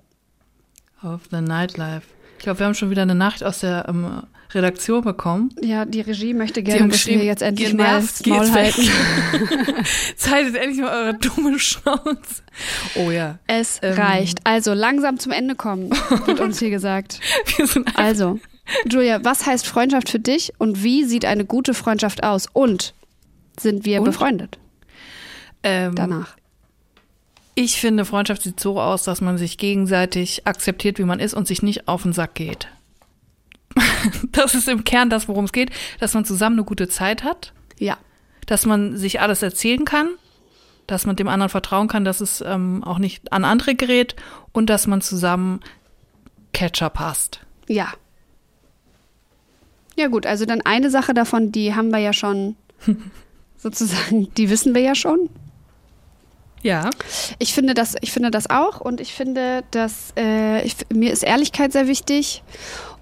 C: Of the Nightlife. Ich glaube, wir haben schon wieder eine Nachricht aus der ähm, Redaktion bekommen.
B: Ja, die Regie möchte
C: Die
B: gerne,
C: haben
B: dass wir
C: geschrieben,
B: jetzt endlich
C: ihr
B: mal
C: nervt,
B: das
C: geht
B: Maul
C: weg. [LAUGHS]
B: halten.
C: Zeitet endlich mal eure dumme Schnauze. Oh ja.
B: Es
C: Ähm.
B: reicht. Also langsam zum Ende kommen, wird uns hier gesagt.
C: Wir sind
B: Also, Julia, was heißt Freundschaft für dich und wie sieht eine gute Freundschaft aus? Und sind wir
C: Und?
B: befreundet
C: ähm,
B: danach?
C: Ich finde, Freundschaft sieht so aus, dass man sich gegenseitig akzeptiert, wie man ist und sich nicht auf den Sack geht. [LAUGHS] Das ist im Kern das, worum es geht, dass man zusammen eine gute Zeit hat,
B: Ja.
C: dass man sich alles erzählen kann, dass man dem anderen vertrauen kann, dass es ähm, auch nicht an andere gerät und dass man zusammen Catcher passt.
B: Ja. Ja, gut, also dann eine Sache davon, die haben wir ja schon sozusagen, die wissen wir ja schon.
C: Ja.
B: Ich finde das, ich finde das auch und ich finde, dass äh, ich, mir ist Ehrlichkeit sehr wichtig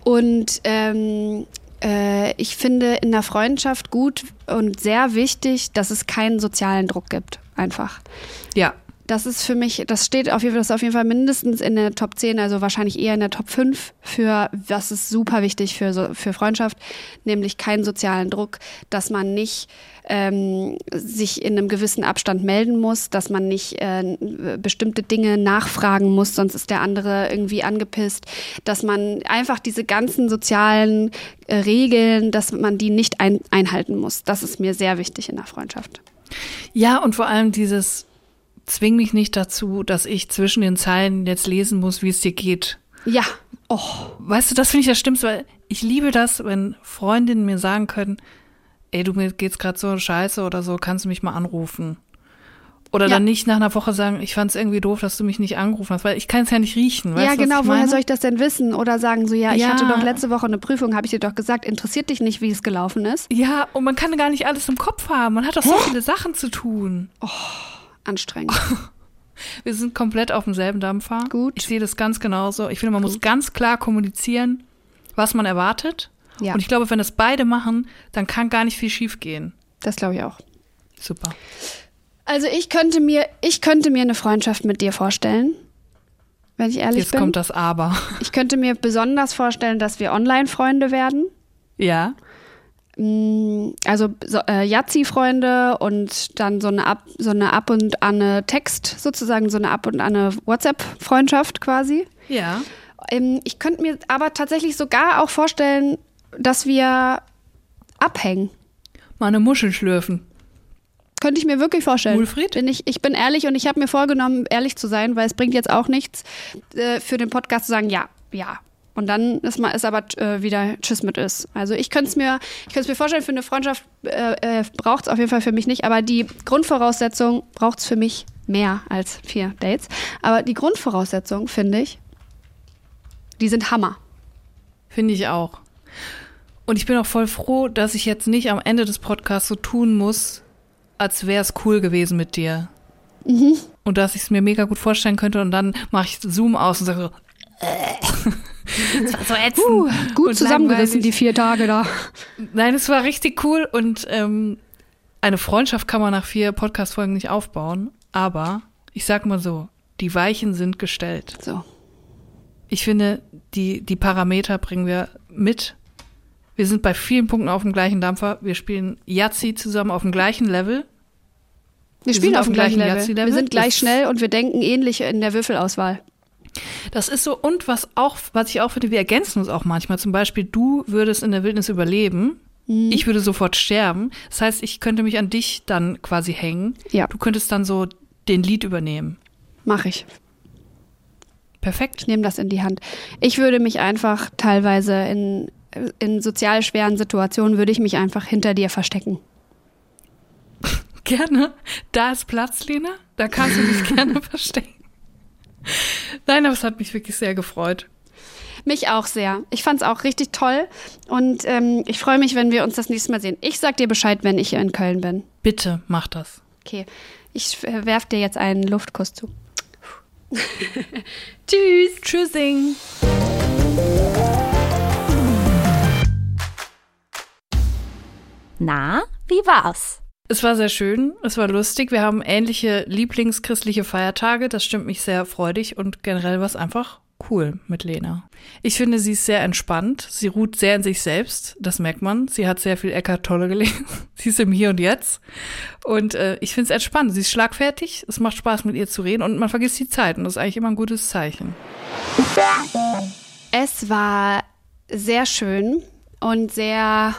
B: und ähm, äh, ich finde in der Freundschaft gut und sehr wichtig, dass es keinen sozialen Druck gibt. Einfach.
C: Ja.
B: Das ist für mich, das steht auf jeden Fall, das ist auf jeden Fall mindestens in der Top 10, also wahrscheinlich eher in der Top 5 für, das ist super wichtig für, so- für Freundschaft, nämlich keinen sozialen Druck, dass man nicht ähm, sich in einem gewissen Abstand melden muss, dass man nicht äh, bestimmte Dinge nachfragen muss, sonst ist der andere irgendwie angepisst, dass man einfach diese ganzen sozialen äh, Regeln, dass man die nicht ein, einhalten muss. Das ist mir sehr wichtig in der Freundschaft.
C: Ja, und vor allem dieses, zwing mich nicht dazu, dass ich zwischen den Zeilen jetzt lesen muss, wie es dir geht.
B: Ja, oh,
C: Weißt du, das finde ich das Schlimmste, weil ich liebe das, wenn Freundinnen mir sagen können, ey, du mir geht's gerade so scheiße oder so, kannst du mich mal anrufen? Oder
B: Ja.
C: dann nicht nach einer Woche sagen, ich fand's irgendwie doof, dass du mich nicht angerufen hast, weil ich kann es ja nicht riechen. Weißt
B: ja,
C: du, was
B: genau,
C: ich
B: woher
C: meine?
B: soll ich das denn wissen? Oder sagen so, ja, ich
C: Ja.
B: hatte doch letzte Woche eine Prüfung, habe ich dir doch gesagt, interessiert dich nicht, wie es gelaufen ist?
C: Ja, und man kann gar nicht alles im Kopf haben. Man hat doch so viele Sachen zu tun.
B: [LAUGHS] Anstrengend.
C: Wir sind komplett auf demselben Dampfer.
B: Gut.
C: Ich sehe das ganz genauso. Ich finde, man muss ganz klar kommunizieren, was man erwartet.
B: Ja.
C: Und ich glaube, wenn das beide machen, dann kann gar nicht viel schief gehen.
B: Das glaube ich auch.
C: Super.
B: Also ich könnte mir, ich könnte mir eine Freundschaft mit dir vorstellen. Wenn ich ehrlich
C: Jetzt
B: bin.
C: kommt
B: [LAUGHS]
C: das Aber.
B: Ich könnte mir besonders vorstellen, dass wir Online-Freunde werden.
C: Ja.
B: Mm, Also so, äh, Yazzi-Freunde und dann so eine ab, so eine ab und an eine Text, sozusagen so eine ab und an eine WhatsApp-Freundschaft quasi.
C: Ja.
B: Ähm, ich könnte mir aber tatsächlich sogar auch vorstellen, dass wir abhängen.
C: Mal eine Muschel schlürfen.
B: Könnte ich mir wirklich vorstellen.
C: Mulfried?
B: Bin ich, ich bin ehrlich und ich habe mir vorgenommen, ehrlich zu sein, weil es bringt jetzt auch nichts, äh, für den Podcast zu sagen, ja, ja. Und dann ist mal ist aber äh, wieder Tschüss mit ist. Also ich könnte es mir, ich könnte es mir vorstellen, für eine Freundschaft äh, äh, braucht es auf jeden Fall für mich nicht, aber die Grundvoraussetzung braucht es für mich mehr als vier Dates. Aber die Grundvoraussetzung, finde ich, die sind Hammer.
C: Finde ich auch. Und ich bin auch voll froh, dass ich jetzt nicht am Ende des Podcasts so tun muss, als wäre es cool gewesen mit dir.
B: Mhm.
C: Und dass ich es mir mega gut vorstellen könnte und dann mache ich Zoom aus und sage so,
D: So ätzend.
B: Gut
C: Und
B: zusammengerissen,
C: langweilig.
B: die vier Tage da.
C: Nein, es war richtig cool und ähm, eine Freundschaft kann man nach vier Podcast-Folgen nicht aufbauen, aber ich sag mal so, die Weichen sind gestellt.
B: So.
C: Ich finde, die, die Parameter bringen wir mit. Wir sind bei vielen Punkten auf dem gleichen Dampfer. Wir spielen Yazzi zusammen auf dem gleichen Level.
B: Wir,
C: Wir
B: spielen
C: sind
B: auf dem gleichen Level.
C: Level.
B: Wir sind gleich
C: Das-
B: schnell und wir denken ähnlich in der Würfelauswahl.
C: Das ist so, und was auch, was ich auch finde, wir ergänzen uns auch manchmal. Zum Beispiel, du würdest in der Wildnis überleben. Ich würde sofort sterben. Das heißt, ich könnte mich an dich dann quasi hängen.
B: Ja.
C: Du könntest dann so den Lied übernehmen.
B: Mache ich.
C: Perfekt.
B: Ich nehme das in die Hand. Ich würde mich einfach teilweise in, in sozial schweren Situationen, würde ich mich einfach hinter dir verstecken.
C: Gerne. Da ist Platz, Lena. Da kannst du dich gerne verstecken. Nein, aber es hat mich wirklich sehr gefreut.
B: Mich auch sehr. Ich fand es auch richtig toll und ähm, ich freue mich, wenn wir uns das nächste Mal sehen. Ich sag dir Bescheid, wenn ich in Köln bin.
C: Bitte mach das.
B: Okay, ich äh, werf dir jetzt einen Luftkuss zu. Tschüss.
C: Tschüssing.
D: Na, wie war's?
C: Es war sehr schön, es war lustig. Wir haben ähnliche lieblingschristliche Feiertage. Das stimmt mich sehr freudig und generell war es einfach cool mit Lena. Ich finde, sie ist sehr entspannt. Sie ruht sehr in sich selbst. Das merkt man. Sie hat sehr viel Eckart Tolle gelesen. [LAUGHS] Sie ist im Hier und Jetzt. Und äh, ich finde es entspannt. Sie ist schlagfertig. Es macht Spaß, mit ihr zu reden und man vergisst die Zeit. Und das ist eigentlich immer ein gutes Zeichen.
B: Es war sehr schön und sehr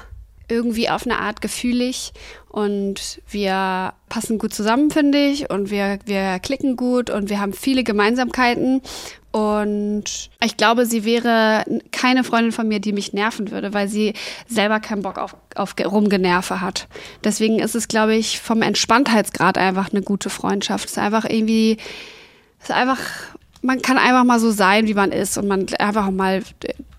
B: irgendwie auf eine Art gefühlig und wir passen gut zusammen, finde ich, und wir, wir klicken gut und wir haben viele Gemeinsamkeiten und ich glaube, sie wäre keine Freundin von mir, die mich nerven würde, weil sie selber keinen Bock auf, auf Ge- Rumgenerve hat. Deswegen ist es, glaube ich, vom Entspanntheitsgrad einfach eine gute Freundschaft. Es ist einfach irgendwie es ist einfach, man kann einfach mal so sein, wie man ist und man einfach mal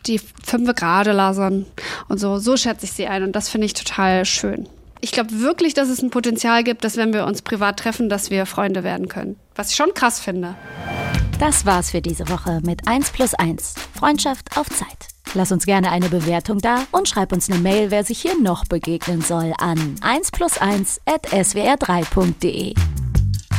B: die fünf gerade lasern und so. So schätze ich sie ein und das finde ich total schön. Ich glaube wirklich, dass es ein Potenzial gibt, dass wenn wir uns privat treffen, dass wir Freunde werden können. Was ich schon krass finde.
D: Das war's für diese Woche mit 1 plus 1. Freundschaft auf Zeit. Lass uns gerne eine Bewertung da und schreib uns eine Mail, wer sich hier E. noch begegnen soll, an 1 plus 1 at swr3.de.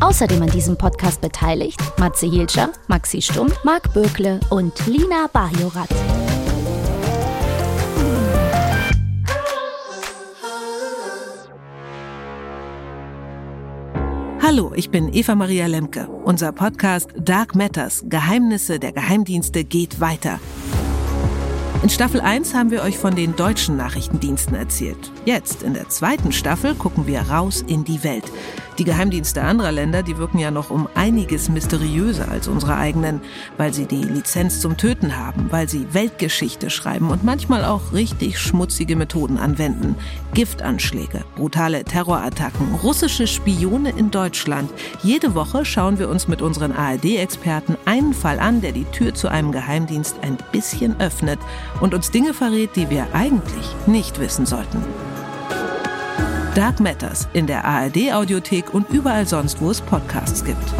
D: Außerdem an diesem Podcast beteiligt Matze Hielscher, Maxi Stumm, Marc Bökle und Lina Bajorat.
A: Hallo, ich bin Eva Maria Lemke. Unser Podcast Dark Matters, Geheimnisse der Geheimdienste geht weiter. In Staffel 1 haben wir euch von den deutschen Nachrichtendiensten erzählt. Jetzt, in der zweiten Staffel, gucken wir raus in die Welt. Die Geheimdienste anderer Länder, die wirken ja noch um einiges mysteriöser als unsere eigenen, weil sie die Lizenz zum Töten haben, weil sie Weltgeschichte schreiben und manchmal auch richtig schmutzige Methoden anwenden. Giftanschläge, brutale Terrorattacken, russische Spione in Deutschland. Jede Woche schauen wir uns mit unseren ARD-Experten einen Fall an, der die Tür zu einem Geheimdienst ein bisschen öffnet und uns Dinge verrät, die wir eigentlich nicht wissen sollten. Dark Matters in der ARD Audiothek und überall sonst, wo es Podcasts gibt.